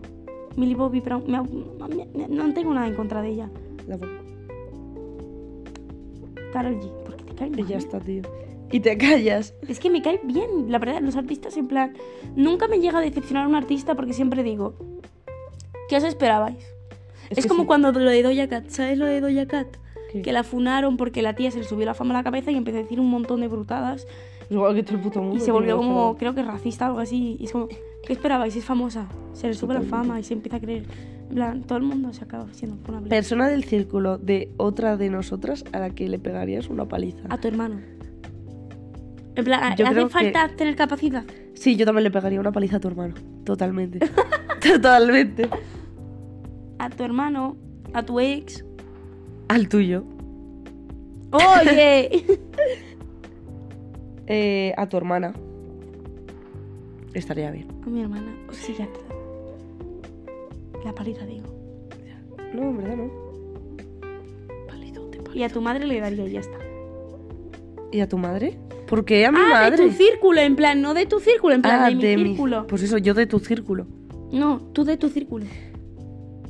[SPEAKER 1] Millie Bobby Brown. me ha- me- me- no tengo nada en contra de ella.
[SPEAKER 2] La voy.
[SPEAKER 1] Carol G. ¿Por qué te cae
[SPEAKER 2] Y
[SPEAKER 1] mal?
[SPEAKER 2] ya está, tío. Y te callas.
[SPEAKER 1] Es que me cae bien, la verdad, los artistas en plan... Nunca me llega a decepcionar un artista porque siempre digo, ¿qué os esperabais? Es,
[SPEAKER 2] que
[SPEAKER 1] como
[SPEAKER 2] sí.
[SPEAKER 1] cuando lo de Doja Cat, ¿sabes lo de Doja Cat?
[SPEAKER 2] ¿Qué?
[SPEAKER 1] Que la funaron porque la tía se le subió la fama a la cabeza y empezó a decir un montón de brutadas
[SPEAKER 2] Igual que todo el puto mundo.
[SPEAKER 1] y se
[SPEAKER 2] tío,
[SPEAKER 1] volvió
[SPEAKER 2] pero-
[SPEAKER 1] como, creo que racista o algo así. Y es como, ¿qué esperabais? Es famosa, se le sube la
[SPEAKER 2] Totalmente.
[SPEAKER 1] fama y se empieza a creer. En plan, todo el mundo se acaba siendo funable.
[SPEAKER 2] Persona del círculo de otra de nosotras a la que le pegarías una paliza.
[SPEAKER 1] A tu hermano. En plan,
[SPEAKER 2] Yo creo
[SPEAKER 1] ¿hace
[SPEAKER 2] que-
[SPEAKER 1] falta tener capacidad?
[SPEAKER 2] Sí, yo también le pegaría una paliza a tu hermano. Totalmente. [laughs] Totalmente.
[SPEAKER 1] A tu hermano, a tu ex,
[SPEAKER 2] Al tuyo.
[SPEAKER 1] Oye,
[SPEAKER 2] Eh, a tu hermana. Estaría bien.
[SPEAKER 1] [laughs] a mi hermana psiquiatra. La paliza, digo.
[SPEAKER 2] No, en verdad no. Palizote,
[SPEAKER 1] Y a tu madre le daría y ya está.
[SPEAKER 2] ¿Y a tu madre? ¿Por qué a mi
[SPEAKER 1] ah,
[SPEAKER 2] madre?
[SPEAKER 1] de tu círculo, en plan, no de tu círculo, en plan,
[SPEAKER 2] Ah,
[SPEAKER 1] de mi círculo.
[SPEAKER 2] Pues eso, yo de tu círculo.
[SPEAKER 1] No, tú de tu círculo.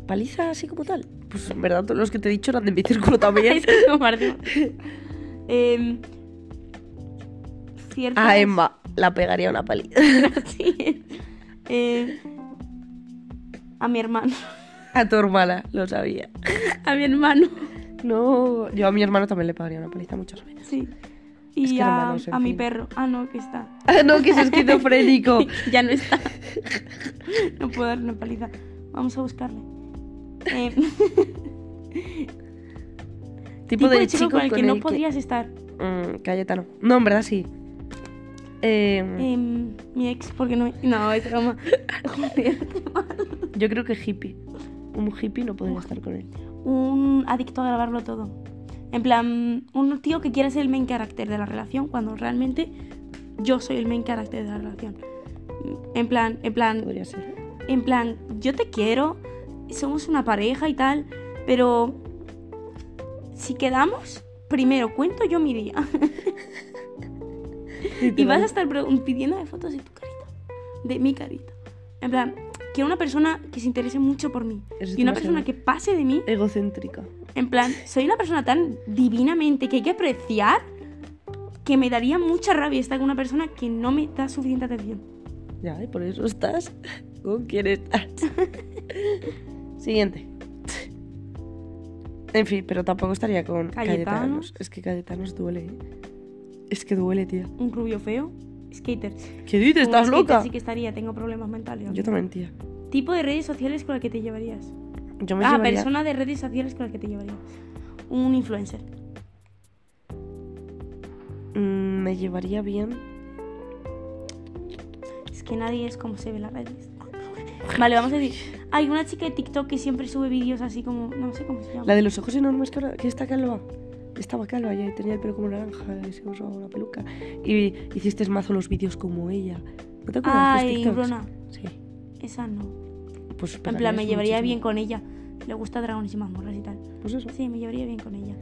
[SPEAKER 2] ¿Paliza así como tal? Pues en verdad todos los que te he dicho eran de mi círculo
[SPEAKER 1] [laughs]
[SPEAKER 2] también.
[SPEAKER 1] Es que no, Martín. Em, ciertas-
[SPEAKER 2] a Emma la pegaría una paliza.
[SPEAKER 1] [laughs]
[SPEAKER 2] [laughs]
[SPEAKER 1] Sí. Em, a mi hermano. [laughs]
[SPEAKER 2] A tu hermana, lo sabía.
[SPEAKER 1] A mi hermano.
[SPEAKER 2] No, yo a mi hermano también le pegaría una paliza muchas veces. [laughs]
[SPEAKER 1] Sí. Y
[SPEAKER 2] Es que
[SPEAKER 1] a,
[SPEAKER 2] hermanos, en
[SPEAKER 1] a mi
[SPEAKER 2] fin. Oh.
[SPEAKER 1] perro. Ah, no, que está.
[SPEAKER 2] Ah, no, que es
[SPEAKER 1] [laughs]
[SPEAKER 2] esquizofrénico.
[SPEAKER 1] ya no está. No puedo darle una paliza. Vamos a buscarle. Eh,
[SPEAKER 2] tipo, de chico
[SPEAKER 1] con el que no
[SPEAKER 2] que-
[SPEAKER 1] podrías estar.
[SPEAKER 2] Mm, Cayetano. No, en verdad sí. Eh,
[SPEAKER 1] Eh, mi ex, porque no. No, es broma. Joder, qué mal.
[SPEAKER 2] Yo creo que hippie. Un hippie no podría estar con él.
[SPEAKER 1] Un adicto a grabarlo todo. En plan, un tío que quiere ser el main character de la relación cuando realmente yo soy el main character de la relación. En plan, en plan,
[SPEAKER 2] Podría ser.
[SPEAKER 1] En plan, yo te quiero, somos una pareja y tal, pero si quedamos, primero cuento yo mi día. [laughs] y vas a estar pregun- pidiéndome fotos de tu carita, de mi carita. En plan, quiero una persona que se interese mucho por mí.
[SPEAKER 2] Eso
[SPEAKER 1] y una
[SPEAKER 2] demasiado.
[SPEAKER 1] persona que pase de mí.
[SPEAKER 2] Egocéntrica.
[SPEAKER 1] En plan, soy una persona tan divinamente que hay que apreciar que me daría mucha rabia estar con una persona que no me da suficiente atención.
[SPEAKER 2] Ya, y por eso estás. ¿Con quién
[SPEAKER 1] [laughs]
[SPEAKER 2] estás? Siguiente. En fin, pero tampoco estaría con
[SPEAKER 1] Cayetanos.
[SPEAKER 2] Cayetanos. Es que Cayetanos duele, ¿eh? Es que duele, tía.
[SPEAKER 1] Un rubio feo, skater.
[SPEAKER 2] ¿Qué dices?
[SPEAKER 1] Como
[SPEAKER 2] ¿Estás
[SPEAKER 1] escrita,
[SPEAKER 2] loca?
[SPEAKER 1] Sí que estaría, tengo problemas mentales.
[SPEAKER 2] Yo también, tía.
[SPEAKER 1] Tipo de redes sociales con la que te llevarías.
[SPEAKER 2] Yo me
[SPEAKER 1] Ah,
[SPEAKER 2] llevaría-
[SPEAKER 1] persona de redes sociales con la que te llevarías. Un influencer.
[SPEAKER 2] Mm, me llevaría bien
[SPEAKER 1] Es que nadie es como se ve en las redes. Vale, vamos a decir. Hay una chica de TikTok que siempre sube vídeos así como. No sé cómo se llama.
[SPEAKER 2] La de los ojos enormes que ahora que está calva. Estaba calva ya y tenía el pelo como naranja y se usaba una peluca. Y hiciste mazo los vídeos como ella. ¿No te acuerdas de los
[SPEAKER 1] Ay,
[SPEAKER 2] Pues TikToks?
[SPEAKER 1] Bruna.
[SPEAKER 2] Sí.
[SPEAKER 1] Esa no.
[SPEAKER 2] Pues
[SPEAKER 1] En
[SPEAKER 2] pegarías
[SPEAKER 1] plan, me llevaría bien
[SPEAKER 2] muchísimo.
[SPEAKER 1] con ella. Le gusta dragones y mazmorras y tal.
[SPEAKER 2] Pues eso.
[SPEAKER 1] Sí, me llevaría bien con ella.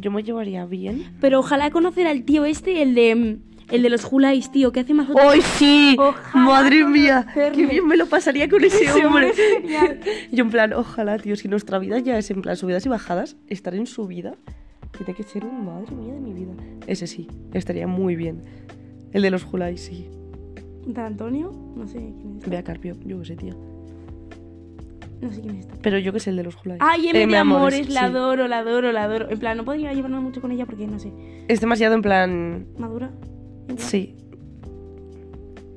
[SPEAKER 2] Yo me llevaría bien.
[SPEAKER 1] Pero ojalá conocer al tío este, el de. El de los Julais, tío, que hace más.
[SPEAKER 2] ¡Ay, sí!
[SPEAKER 1] Ojalá
[SPEAKER 2] ¡Madre mía!
[SPEAKER 1] conocerle.
[SPEAKER 2] ¡Qué bien me lo pasaría con ese
[SPEAKER 1] [laughs] Ese
[SPEAKER 2] hombre!
[SPEAKER 1] hombre es genial.
[SPEAKER 2] Yo en plan, ojalá, tío, si nuestra vida ya es en plan subidas y bajadas, estar en subida tiene que ser un madre mía de mi vida. Ese sí, estaría muy bien. El de los Julai, sí.
[SPEAKER 1] Dan Antonio, no sé quién es.
[SPEAKER 2] Vea Carpio, yo qué sé, tío.
[SPEAKER 1] No sé quién es. esta.
[SPEAKER 2] Pero yo qué sé, el de los Eh, Julay.
[SPEAKER 1] Ay, M
[SPEAKER 2] M
[SPEAKER 1] de amores, la
[SPEAKER 2] sí.
[SPEAKER 1] adoro, la adoro, la adoro. En plan, no podría llevarme mucho con ella porque no sé.
[SPEAKER 2] Es demasiado en plan.
[SPEAKER 1] ¿Madura? En plan,
[SPEAKER 2] Sí.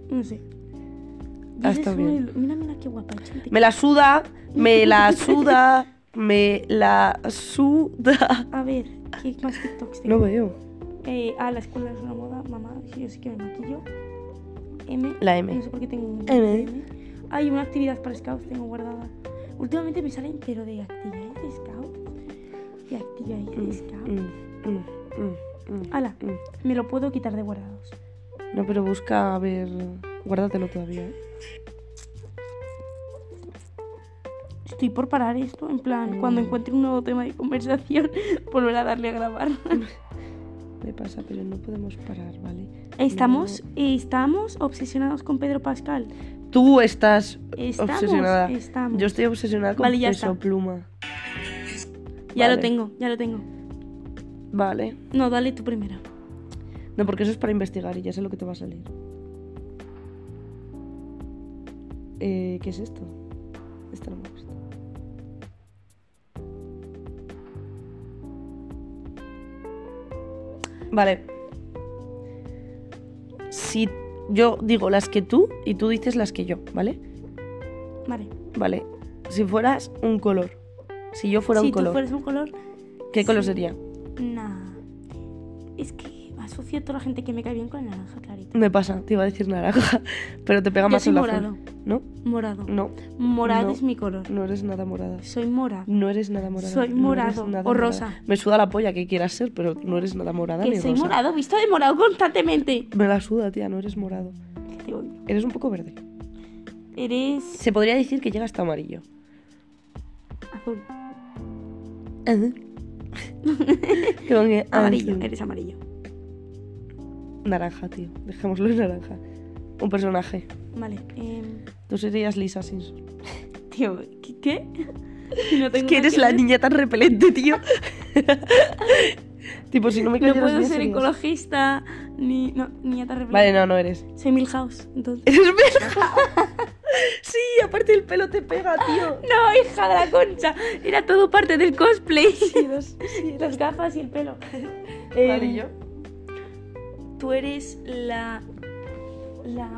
[SPEAKER 1] No sé. Y
[SPEAKER 2] Ah,
[SPEAKER 1] ese
[SPEAKER 2] está
[SPEAKER 1] es uno de los- Mira, mira qué guapa. chate.
[SPEAKER 2] Me la suda, me la suda, me la suda.
[SPEAKER 1] A ver, ¿qué más TikToks tengo?
[SPEAKER 2] No veo.
[SPEAKER 1] Eh, ah, la escuela es una moda, mamá, sí, yo sí que me maquillo. M.
[SPEAKER 2] La M.
[SPEAKER 1] No sé por qué tengo un
[SPEAKER 2] M.
[SPEAKER 1] M. Hay una actividad para scouts, tengo guardada. Últimamente me salen, pero de actividades de scout. De actividades de scout.
[SPEAKER 2] Mm, mm, mm, mm,
[SPEAKER 1] Ala,
[SPEAKER 2] mm.
[SPEAKER 1] me lo puedo quitar de guardados.
[SPEAKER 2] No, pero busca, a ver. Guárdatelo todavía. ¿eh?
[SPEAKER 1] Estoy por parar esto, en plan,
[SPEAKER 2] Mm.
[SPEAKER 1] cuando encuentre un nuevo tema de conversación, [laughs] volver a darle a
[SPEAKER 2] [laughs]
[SPEAKER 1] grabar.
[SPEAKER 2] Me pasa, pero no podemos parar, ¿vale?
[SPEAKER 1] Estamos,
[SPEAKER 2] Mm.
[SPEAKER 1] estamos obsesionados con Pedro Pascal.
[SPEAKER 2] Tú estás
[SPEAKER 1] Estamos,
[SPEAKER 2] obsesionada.
[SPEAKER 1] estamos.
[SPEAKER 2] Yo estoy obsesionada con
[SPEAKER 1] Vale, ya
[SPEAKER 2] peso
[SPEAKER 1] está.
[SPEAKER 2] pluma.
[SPEAKER 1] Ya
[SPEAKER 2] Vale.
[SPEAKER 1] lo tengo, ya lo tengo.
[SPEAKER 2] Vale.
[SPEAKER 1] No, dale tú primero.
[SPEAKER 2] No, porque eso es para investigar y ya sé lo que te va a salir. Eh, ¿Qué es esto? Esto no me gusta. Vale. Si yo digo las que tú y tú dices las que yo, ¿vale?
[SPEAKER 1] Vale.
[SPEAKER 2] Vale. Si fueras un color. Si yo fuera
[SPEAKER 1] si
[SPEAKER 2] un color.
[SPEAKER 1] tú fueras un color,
[SPEAKER 2] ¿Qué color
[SPEAKER 1] sí.
[SPEAKER 2] sería?
[SPEAKER 1] Nah. Es que asocio a toda la gente que me cae bien con el naranja clarito.
[SPEAKER 2] Me pasa, te iba a decir naranja, [laughs] pero te pega
[SPEAKER 1] Yo
[SPEAKER 2] más
[SPEAKER 1] soy
[SPEAKER 2] el
[SPEAKER 1] morado.
[SPEAKER 2] azul. ¿No?
[SPEAKER 1] Morado.
[SPEAKER 2] No,
[SPEAKER 1] Morado
[SPEAKER 2] No.
[SPEAKER 1] es mi color.
[SPEAKER 2] no eres nada morada.
[SPEAKER 1] Soy morado.
[SPEAKER 2] No eres nada morada.
[SPEAKER 1] Soy
[SPEAKER 2] no
[SPEAKER 1] morado
[SPEAKER 2] eres nada
[SPEAKER 1] o
[SPEAKER 2] morada.
[SPEAKER 1] rosa.
[SPEAKER 2] Me suda la polla que quieras ser, pero no eres nada morada
[SPEAKER 1] que
[SPEAKER 2] ni
[SPEAKER 1] soy
[SPEAKER 2] rosa.
[SPEAKER 1] morado, visto de morado constantemente.
[SPEAKER 2] Me la suda, tía, no eres morado.
[SPEAKER 1] Que te odio.
[SPEAKER 2] Eres un poco verde.
[SPEAKER 1] Eres
[SPEAKER 2] Se podría decir que llega hasta amarillo.
[SPEAKER 1] azul.
[SPEAKER 2] [laughs] Con que-
[SPEAKER 1] Amarillo.
[SPEAKER 2] azul.
[SPEAKER 1] Eres amarillo.
[SPEAKER 2] Naranja, tío. Dejémoslo en naranja. Un personaje.
[SPEAKER 1] Vale. em,
[SPEAKER 2] Tú serías Lisa Simpson.
[SPEAKER 1] tío, ¿qué? qué? Si [laughs] no
[SPEAKER 2] Es
[SPEAKER 1] tengo
[SPEAKER 2] que
[SPEAKER 1] nada
[SPEAKER 2] eres
[SPEAKER 1] que
[SPEAKER 2] la
[SPEAKER 1] ver,
[SPEAKER 2] niña tan repelente, tío. [laughs] tipo, si no me
[SPEAKER 1] No
[SPEAKER 2] cayeras
[SPEAKER 1] puedo
[SPEAKER 2] bien,
[SPEAKER 1] ser
[SPEAKER 2] serías-
[SPEAKER 1] ecologista ni. No, ni atarreble.
[SPEAKER 2] Vale, no, no eres. [laughs]
[SPEAKER 1] Soy Milhouse, entonces.
[SPEAKER 2] Eres
[SPEAKER 1] [laughs]
[SPEAKER 2] verga. sí, aparte el pelo te pega, tío.
[SPEAKER 1] No, hija de la concha. Era todo parte del cosplay.
[SPEAKER 2] Sí, dos- sí,
[SPEAKER 1] [laughs] Las gafas y el pelo.
[SPEAKER 2] Vale,
[SPEAKER 1] Em,
[SPEAKER 2] ¿y yo?
[SPEAKER 1] Tú eres la. La.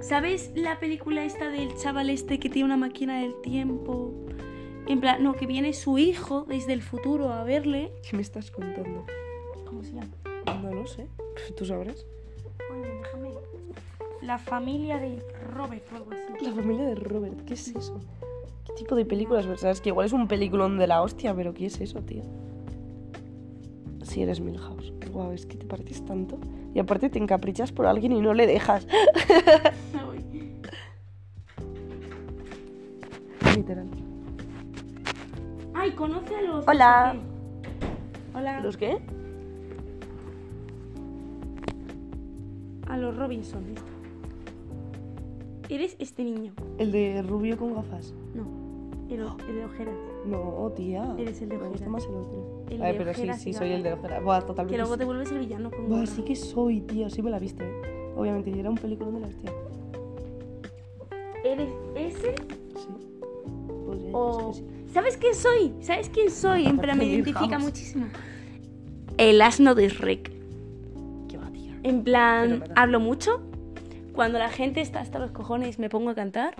[SPEAKER 1] ¿Sabes la película esta del chaval este que tiene una máquina del tiempo? En plan, no, que viene su hijo desde el futuro a verle.
[SPEAKER 2] ¿Qué me estás contando?
[SPEAKER 1] ¿Cómo se llama?
[SPEAKER 2] No lo sé. Tú sabrás.
[SPEAKER 1] Coño, déjame. La familia de Robert o algo así.
[SPEAKER 2] [laughs] La familia de Robert, ¿qué es eso? ¿Qué tipo de películas? ves? Sabes que igual es un peliculón de la hostia, pero ¿qué es eso, tío? Si eres Milhouse. Guau, es que te pareces tanto. Y aparte te encaprichas por alguien y no le dejas.
[SPEAKER 1] Me voy.
[SPEAKER 2] [gasps] Literal.
[SPEAKER 1] Ay, conoce a los.
[SPEAKER 2] Hola.
[SPEAKER 1] Hola.
[SPEAKER 2] ¿Los qué?
[SPEAKER 1] A los Robinson. esto. Eres este niño.
[SPEAKER 2] El de rubio con gafas.
[SPEAKER 1] No. El, o- el de ojeras.
[SPEAKER 2] No, tía.
[SPEAKER 1] Eres el de
[SPEAKER 2] Me gusta
[SPEAKER 1] ojeras.
[SPEAKER 2] más el otro.
[SPEAKER 1] El
[SPEAKER 2] Ay,
[SPEAKER 1] de
[SPEAKER 2] pero sí,
[SPEAKER 1] ojeras
[SPEAKER 2] sí,
[SPEAKER 1] y
[SPEAKER 2] soy el de
[SPEAKER 1] gafas.
[SPEAKER 2] ojeras. Buah, totalmente.
[SPEAKER 1] Que luego
[SPEAKER 2] sí.
[SPEAKER 1] te vuelves el villano con
[SPEAKER 2] Buah,
[SPEAKER 1] gorra.
[SPEAKER 2] sí que soy, tío. Sí me la viste, ¿eh? Obviamente, y era un peliculón de la hostia.
[SPEAKER 1] ¿Eres ese?
[SPEAKER 2] Sí. Podría
[SPEAKER 1] O...
[SPEAKER 2] decir que sí.
[SPEAKER 1] ¿Sabes quién soy? ¿Sabes quién soy? En plan, me
[SPEAKER 2] Milhouse.
[SPEAKER 1] identifica muchísimo. El asno de Shrek.
[SPEAKER 2] Qué va, tía.
[SPEAKER 1] En
[SPEAKER 2] Pero
[SPEAKER 1] plan,
[SPEAKER 2] nada.
[SPEAKER 1] hablo mucho. Cuando la gente está hasta los cojones, me pongo a cantar.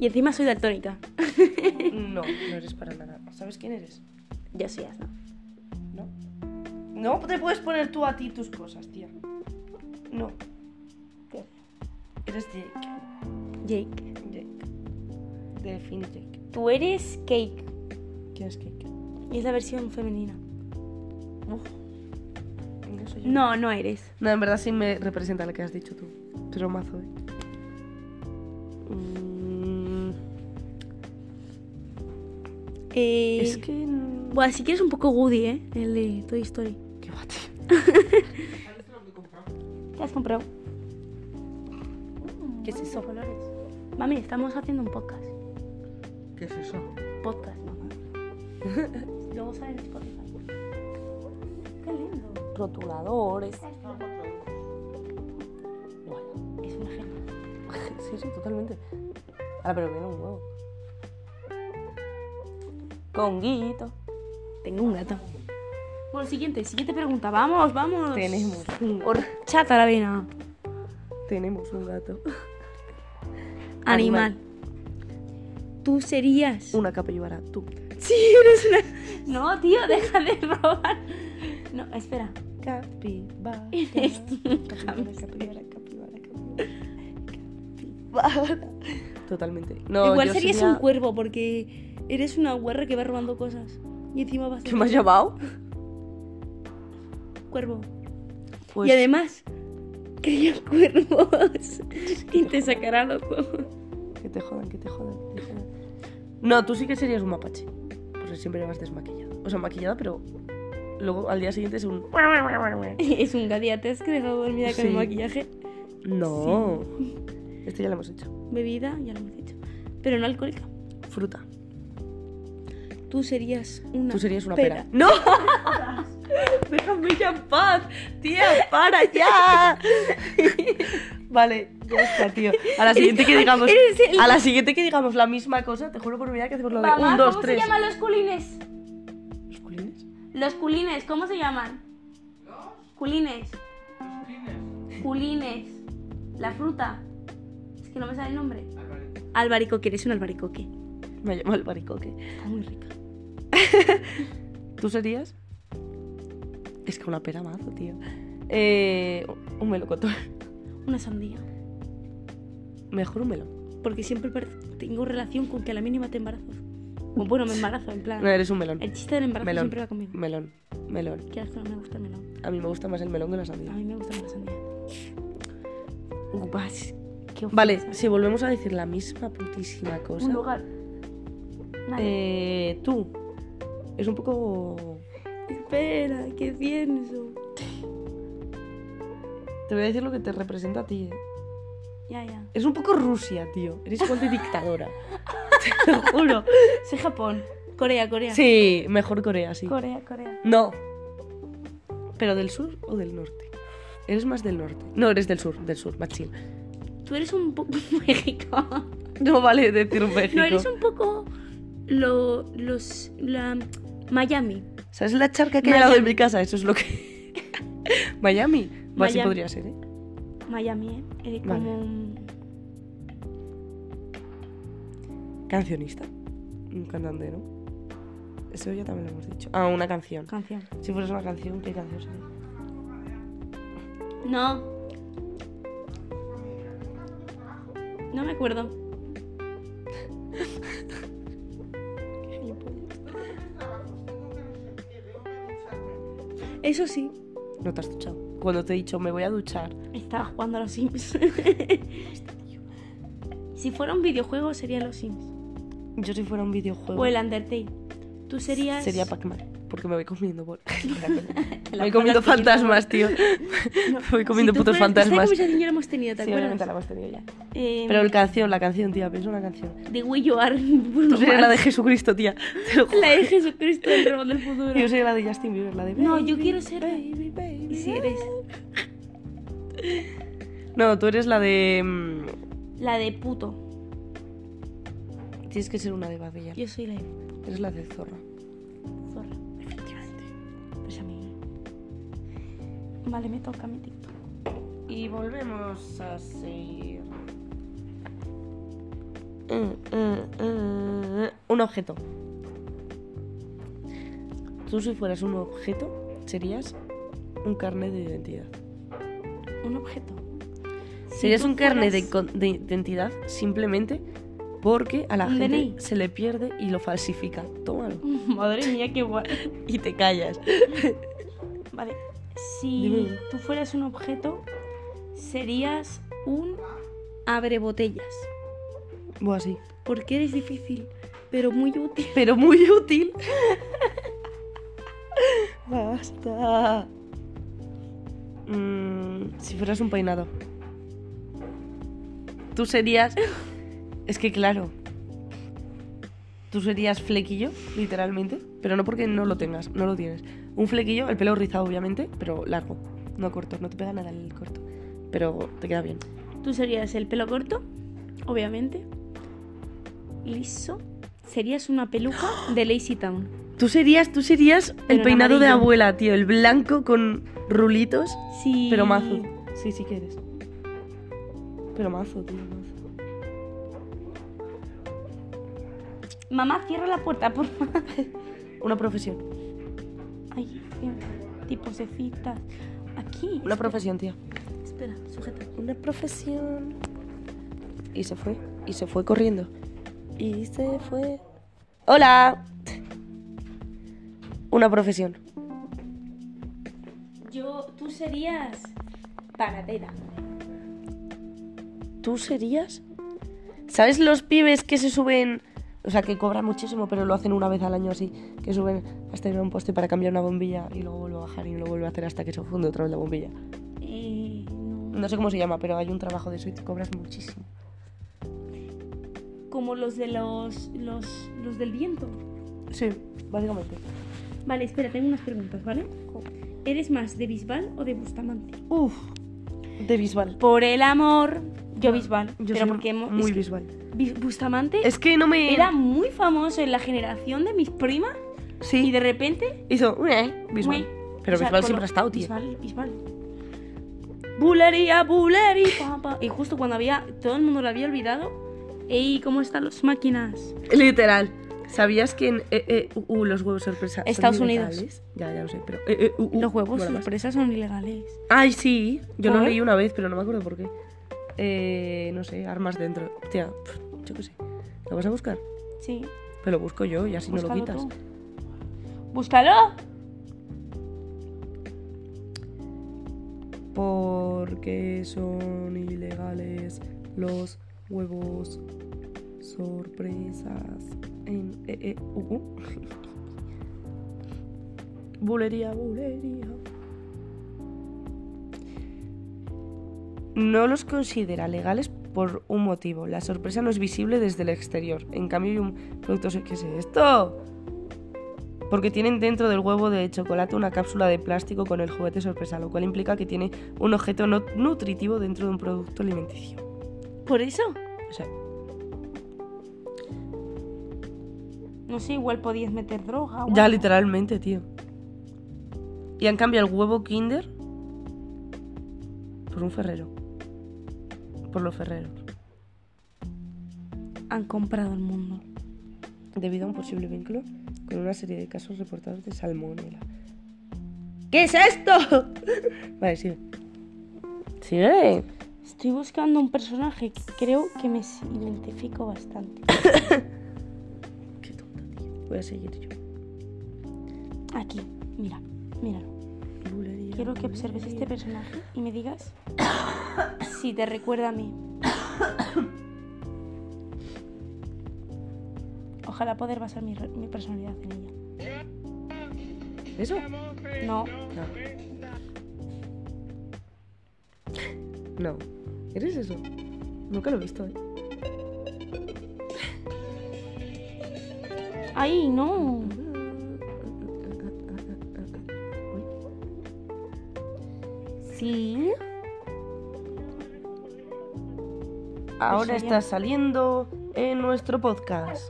[SPEAKER 1] Y encima soy daltónica.
[SPEAKER 2] [laughs] No, no eres para nada. ¿Sabes quién eres?
[SPEAKER 1] Yo soy asno.
[SPEAKER 2] No. No te puedes poner tú a ti tus cosas, tía. No.
[SPEAKER 1] ¿Qué?
[SPEAKER 2] Eres Jake.
[SPEAKER 1] Jake.
[SPEAKER 2] Jake. Define Jake.
[SPEAKER 1] Tú eres Cake.
[SPEAKER 2] ¿Quién es Jake?
[SPEAKER 1] Y es la versión femenina.
[SPEAKER 2] No soy yo.
[SPEAKER 1] No, no eres.
[SPEAKER 2] No, en verdad sí me representa lo que has dicho tú. Pero mazo, ¿eh? Mm,
[SPEAKER 1] Eh...
[SPEAKER 2] Es que... no-
[SPEAKER 1] Bueno, si quieres un poco Woody, ¿eh? El de Toy Story.
[SPEAKER 2] Qué va, tío.
[SPEAKER 1] ¿Qué has comprado?
[SPEAKER 2] ¿Qué es eso?
[SPEAKER 1] Colores. Mami, estamos haciendo un podcast.
[SPEAKER 2] ¿Qué es eso?
[SPEAKER 1] Podcast, [laughs] mamá. Luego sale en Spotify. Qué lindo.
[SPEAKER 2] Rotuladores. Sí, sí, totalmente. Ahora, pero viene un huevo. Con guillito.
[SPEAKER 1] Tengo un gato. Bueno, siguiente, siguiente pregunta. Vamos, vamos.
[SPEAKER 2] Tenemos un gato.
[SPEAKER 1] Horchata a la avena.
[SPEAKER 2] Tenemos un gato.
[SPEAKER 1] Animal. Tú serías.
[SPEAKER 2] Una capibara, tú.
[SPEAKER 1] [laughs] Sí, eres una. No, tío, deja de robar. No, espera.
[SPEAKER 2] [laughs] Capibara.
[SPEAKER 1] Eres tú un
[SPEAKER 2] capibara,
[SPEAKER 1] hamster.
[SPEAKER 2] capibara, capibara, capibara. Capibara. Totalmente. No,
[SPEAKER 1] Igual
[SPEAKER 2] yo
[SPEAKER 1] serías
[SPEAKER 2] sería-
[SPEAKER 1] un cuervo porque eres una guerra que va robando cosas. Y encima vas a
[SPEAKER 2] ¿Qué
[SPEAKER 1] ser
[SPEAKER 2] me has llamado?
[SPEAKER 1] cuervo.
[SPEAKER 2] Pues
[SPEAKER 1] Y además, crían [laughs] cuervos. y te sacarán los ojos.
[SPEAKER 2] que te jodan, que te jodan, que te jodan. No, tú sí que serías un mapache. Porque siempre vas desmaquillada. O sea, maquillada, pero luego al día siguiente es un.
[SPEAKER 1] Es un gadiates que dejado dormida con
[SPEAKER 2] Sí.
[SPEAKER 1] el maquillaje.
[SPEAKER 2] No. Esto ya lo hemos hecho.
[SPEAKER 1] Bebida, ya lo hemos dicho. Pero no alcohólica.
[SPEAKER 2] Fruta.
[SPEAKER 1] Tú serías una.
[SPEAKER 2] Tú serías una pera. ¡No! [laughs] Déjame ya en paz. Tía, para ya. [laughs] vale, ya está, tío. A la siguiente que digamos.
[SPEAKER 1] Eres el-
[SPEAKER 2] A la siguiente que digamos la misma cosa, te juro por mi vida que hacemos lo de
[SPEAKER 1] Mamá,
[SPEAKER 2] 1, 2,
[SPEAKER 1] ¿cómo
[SPEAKER 2] 3.
[SPEAKER 1] se llaman los culines?
[SPEAKER 2] ¿Los culines?
[SPEAKER 1] Los culines, ¿cómo se llaman? Culines. Culines. La fruta. Es que no me sale el nombre. Albaricoque, eres un albaricoque.
[SPEAKER 2] Me llamo el baricoque.
[SPEAKER 1] Está muy rica.
[SPEAKER 2] ¿Tú serías? Es que una pera mazo, tío. Eh, un melocotón.
[SPEAKER 1] Una sandía.
[SPEAKER 2] Mejor un melón.
[SPEAKER 1] Porque siempre per- tengo relación con que a la mínima te embarazo. O bueno, me embarazo, en plan.
[SPEAKER 2] No, eres un melón.
[SPEAKER 1] El chiste del embarazo
[SPEAKER 2] Melón.
[SPEAKER 1] siempre va conmigo.
[SPEAKER 2] Melón. Melón.
[SPEAKER 1] Qué asco, no me gusta el melón.
[SPEAKER 2] A mí me gusta más el melón que la
[SPEAKER 1] A
[SPEAKER 2] sandía.
[SPEAKER 1] mí me gusta la sandía. Uvas. Qué
[SPEAKER 2] Vale,
[SPEAKER 1] ofensa.
[SPEAKER 2] si volvemos a decir la misma putísima cosa.
[SPEAKER 1] Un lugar. Vale.
[SPEAKER 2] Eh, tú. Es un poco.
[SPEAKER 1] Espera, ¿qué pienso?
[SPEAKER 2] Te voy a decir lo que te representa a ti. eh.
[SPEAKER 1] Ya, ya.
[SPEAKER 2] Es un poco Rusia, tío. Eres igual de
[SPEAKER 1] [laughs]
[SPEAKER 2] dictadora. Te lo juro.
[SPEAKER 1] Soy Japón. Corea, Corea.
[SPEAKER 2] Sí, mejor Corea, sí.
[SPEAKER 1] Corea, Corea.
[SPEAKER 2] No. ¿Pero del sur o del norte? Eres más del norte. No, eres del sur, del sur, más chill.
[SPEAKER 1] Tú eres un poco [laughs] México.
[SPEAKER 2] [laughs] No vale decir México.
[SPEAKER 1] No, eres un poco lo, los la Miami.
[SPEAKER 2] ¿Sabes la charca que hay al lado de mi casa? Eso es lo que... [laughs] Miami. O Así
[SPEAKER 1] Miami.
[SPEAKER 2] podría ser, ¿eh?
[SPEAKER 1] Miami, ¿eh? Eres
[SPEAKER 2] Vale.
[SPEAKER 1] como un-
[SPEAKER 2] Cancionista. Un cantante, ¿no? Eso ya también lo hemos dicho. Ah, una canción.
[SPEAKER 1] canción.
[SPEAKER 2] Si fueras una canción, ¿qué canción sería?
[SPEAKER 1] No. No me acuerdo. [laughs] Eso sí,
[SPEAKER 2] No te has duchado. Cuando te he dicho, me voy a duchar.
[SPEAKER 1] estaba jugando a los Sims. [laughs] si fuera un videojuego sería los Sims.
[SPEAKER 2] Yo si fuera un videojuego...
[SPEAKER 1] O el Undertale. Tú
[SPEAKER 2] Pues
[SPEAKER 1] serías.
[SPEAKER 2] Sería
[SPEAKER 1] [laughs]
[SPEAKER 2] Pac-Man. Porque me voy comiendo... bol- [laughs] me
[SPEAKER 1] La
[SPEAKER 2] voy comiendo
[SPEAKER 1] patas
[SPEAKER 2] fantasmas, [laughs] tío.
[SPEAKER 1] No,
[SPEAKER 2] voy comiendo
[SPEAKER 1] tú
[SPEAKER 2] putos
[SPEAKER 1] fueras- esta
[SPEAKER 2] fantasmas.
[SPEAKER 1] conversación ya la hemos tenido, ¿te
[SPEAKER 2] Sí, obviamente la
[SPEAKER 1] acuerdas?
[SPEAKER 2] hemos tenido ya.
[SPEAKER 1] Eh,
[SPEAKER 2] Pero la canción, la canción, tía, piensa una canción.
[SPEAKER 1] De Will You [laughs] Are.
[SPEAKER 2] Tú
[SPEAKER 1] Bruno
[SPEAKER 2] serías [laughs] la
[SPEAKER 1] Mars.
[SPEAKER 2] de Jesucristo, tía. Te lo juro.
[SPEAKER 1] La de Jesucristo del robot del futuro.
[SPEAKER 2] Yo soy la de Justin Bieber, la de.
[SPEAKER 1] No, yo
[SPEAKER 2] "Baby,
[SPEAKER 1] quiero ser-
[SPEAKER 2] baby, baby,
[SPEAKER 1] Y si eres
[SPEAKER 2] No, tú eres la de. mm,
[SPEAKER 1] la de puto.
[SPEAKER 2] Tienes que ser una de Badilla.
[SPEAKER 1] Yo soy la de
[SPEAKER 2] Eres la de Zorra.
[SPEAKER 1] zorra. Efectivamente. Pues a mí. Vale, me toca mi TikTok.
[SPEAKER 2] Y volvemos a seguir. Mm, Un objeto. Tú, si fueras un objeto, serías un carnet de identidad.
[SPEAKER 1] Un objeto. Si
[SPEAKER 2] Serías
[SPEAKER 1] tú
[SPEAKER 2] un carnet de,
[SPEAKER 1] fueras-
[SPEAKER 2] con- de identidad simplemente porque a la
[SPEAKER 1] Un
[SPEAKER 2] gente
[SPEAKER 1] DNI.
[SPEAKER 2] se le pierde y lo falsifica. Tómalo.
[SPEAKER 1] [laughs] Madre mía, qué guay.
[SPEAKER 2] [laughs] Y te callas.
[SPEAKER 1] Vale. Si
[SPEAKER 2] Dime.
[SPEAKER 1] tú fueras un objeto, serías un abre botellas.
[SPEAKER 2] O así.
[SPEAKER 1] Porque eres difícil, pero muy útil.
[SPEAKER 2] Pero muy útil. Basta. Mm, si fueras un peinado. Tú serías... Es que claro. Tú serías flequillo, literalmente. Pero no porque no lo tengas, no lo tienes. Un flequillo, el pelo rizado obviamente, pero largo. No corto, no te pega nada el corto. Pero te queda bien.
[SPEAKER 1] Tú serías el pelo corto, obviamente. Liso. Serías
[SPEAKER 2] [gasps]
[SPEAKER 1] una peluca de Lazy Town.
[SPEAKER 2] Tú serías, tú serías
[SPEAKER 1] Pero
[SPEAKER 2] el
[SPEAKER 1] en
[SPEAKER 2] peinado de
[SPEAKER 1] amarillo.
[SPEAKER 2] abuela, tío. El blanco con rulitos,
[SPEAKER 1] Sí.
[SPEAKER 2] pero mazo. Sí, sí que eres. Pero mazo, tío, mazo.
[SPEAKER 1] Mamá, cierra la puerta, por favor.
[SPEAKER 2] Una profesión.
[SPEAKER 1] Ay, mira, tipo cefitas. Aquí.
[SPEAKER 2] Una
[SPEAKER 1] espera,
[SPEAKER 2] profesión, tía.
[SPEAKER 1] Espera, sujeta.
[SPEAKER 2] Una profesión. Y se fue. Y se fue corriendo. Y se fue. ¡Hola! Una profesión.
[SPEAKER 1] Yo, tú serías panadera.
[SPEAKER 2] ¿Tú serías? ¿Sabes los pibes que se suben? O sea, que cobran muchísimo, pero lo hacen una vez al año así. Que suben hasta ir a este un poste para cambiar una bombilla y luego vuelve a bajar y lo vuelve a hacer hasta que se funde otra vez la bombilla.
[SPEAKER 1] Eh, no.
[SPEAKER 2] No sé cómo se llama, pero hay un trabajo de eso y te cobras muchísimo.
[SPEAKER 1] Como los de los, los, los del viento.
[SPEAKER 2] Sí, básicamente.
[SPEAKER 1] Vale, espera, tengo unas preguntas, ¿vale? ¿Eres más de Bisbal o de Bustamante?
[SPEAKER 2] Uf, de Bisbal.
[SPEAKER 1] Por el amor. Yo Bisbal.
[SPEAKER 2] Yo
[SPEAKER 1] pero
[SPEAKER 2] soy
[SPEAKER 1] porque hemos-
[SPEAKER 2] muy
[SPEAKER 1] es que
[SPEAKER 2] Bisbal.
[SPEAKER 1] Bis- Bustamante
[SPEAKER 2] Es que no me...
[SPEAKER 1] era muy famoso en la generación de mis primas
[SPEAKER 2] Sí,
[SPEAKER 1] y de repente.
[SPEAKER 2] hizo... eh, "Ué", Bisbal.
[SPEAKER 1] güey,
[SPEAKER 2] Pero
[SPEAKER 1] o sea,
[SPEAKER 2] Bisbal
[SPEAKER 1] por
[SPEAKER 2] siempre
[SPEAKER 1] lo-
[SPEAKER 2] ha estado, tío.
[SPEAKER 1] Bisbal, Bisbal. Bulería, bulería, papá. Y justo cuando había. Todo el mundo lo había olvidado. ¡Ey, cómo están las máquinas!
[SPEAKER 2] Literal. ¿Sabías que en eh, eh, uh, uh, los huevos sorpresa son
[SPEAKER 1] Estados Unidos.
[SPEAKER 2] ilegales? Ya, ya lo sé, pero... eh, eh, uh, uh,
[SPEAKER 1] Los huevos
[SPEAKER 2] mola más.
[SPEAKER 1] sorpresa son ilegales.
[SPEAKER 2] Ay, sí. Yo lo
[SPEAKER 1] ¿Por?
[SPEAKER 2] leí una vez, pero no me acuerdo por qué. Eh, no sé, armas dentro. Tía, pf, yo qué sé. ¿Lo vas a buscar?
[SPEAKER 1] Sí.
[SPEAKER 2] Pero lo busco yo y así no lo
[SPEAKER 1] Búscalo
[SPEAKER 2] quitas.
[SPEAKER 1] tú. ¡Búscalo!
[SPEAKER 2] Porque son ilegales los huevos sorpresas en eh, eh, uh, uh. [laughs] Bulería, bulería. No los considera legales por un motivo. La sorpresa no es visible desde el exterior. En cambio, hay un producto... ¿Qué es esto? porque tienen dentro del huevo de chocolate una cápsula de plástico con el juguete sorpresa, lo cual implica que tiene un objeto no nutritivo dentro de un producto alimenticio.
[SPEAKER 1] ¿Por eso?
[SPEAKER 2] O sea,
[SPEAKER 1] No sé, igual podías meter droga. o
[SPEAKER 2] ya
[SPEAKER 1] algo.
[SPEAKER 2] literalmente, tío. Y han cambiado el huevo Kinder por un ferrero. Por los ferreros.
[SPEAKER 1] Han comprado el mundo.
[SPEAKER 2] Debido a un posible vínculo con una serie de casos reportados de salmonela. ¿Qué es esto? [laughs] vale, sigue. Sigue.
[SPEAKER 1] Estoy buscando un personaje que creo que me s- identifico bastante.
[SPEAKER 2] Qué tonta, tío. Voy a seguir yo.
[SPEAKER 1] Aquí, mira, míralo.
[SPEAKER 2] Bulería,
[SPEAKER 1] Quiero que observes este
[SPEAKER 2] bulería.
[SPEAKER 1] personaje y me digas [coughs] si te recuerda a mí. [coughs] Ojalá poder basar mi, re- mi personalidad en ella.
[SPEAKER 2] ¿Eso? No.
[SPEAKER 1] No,
[SPEAKER 2] No. ¿Eres eso? Nunca lo he visto, ¿eh?
[SPEAKER 1] ay, no.
[SPEAKER 2] Sí. Ahora
[SPEAKER 1] Eso Pues ya.
[SPEAKER 2] está saliendo en nuestro podcast.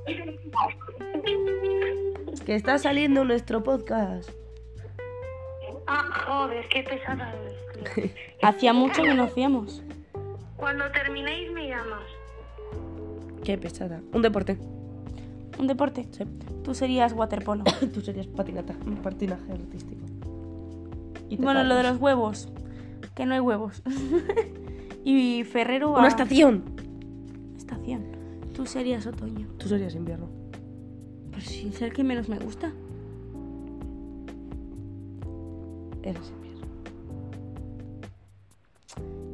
[SPEAKER 2] Que está saliendo en nuestro podcast.
[SPEAKER 3] Ah, joder, qué pesada eres.
[SPEAKER 1] Hacía mucho que no hacíamos.
[SPEAKER 3] Cuando terminéis me llamas.
[SPEAKER 2] Qué pesada. Un deporte.
[SPEAKER 1] Un deporte.
[SPEAKER 2] Sí.
[SPEAKER 1] Tú serías [coughs] waterpolo.
[SPEAKER 2] Tú serías patinata, un patinaje artístico. Y te
[SPEAKER 1] Bueno, lo de
[SPEAKER 2] paras.
[SPEAKER 1] los huevos. Que no hay huevos. [laughs] y Ferrero a...
[SPEAKER 2] Una estación.
[SPEAKER 1] Estación. Tú serías otoño.
[SPEAKER 2] Tú serías invierno.
[SPEAKER 1] Pero sin ser que menos me gusta.
[SPEAKER 2] Eres invierno.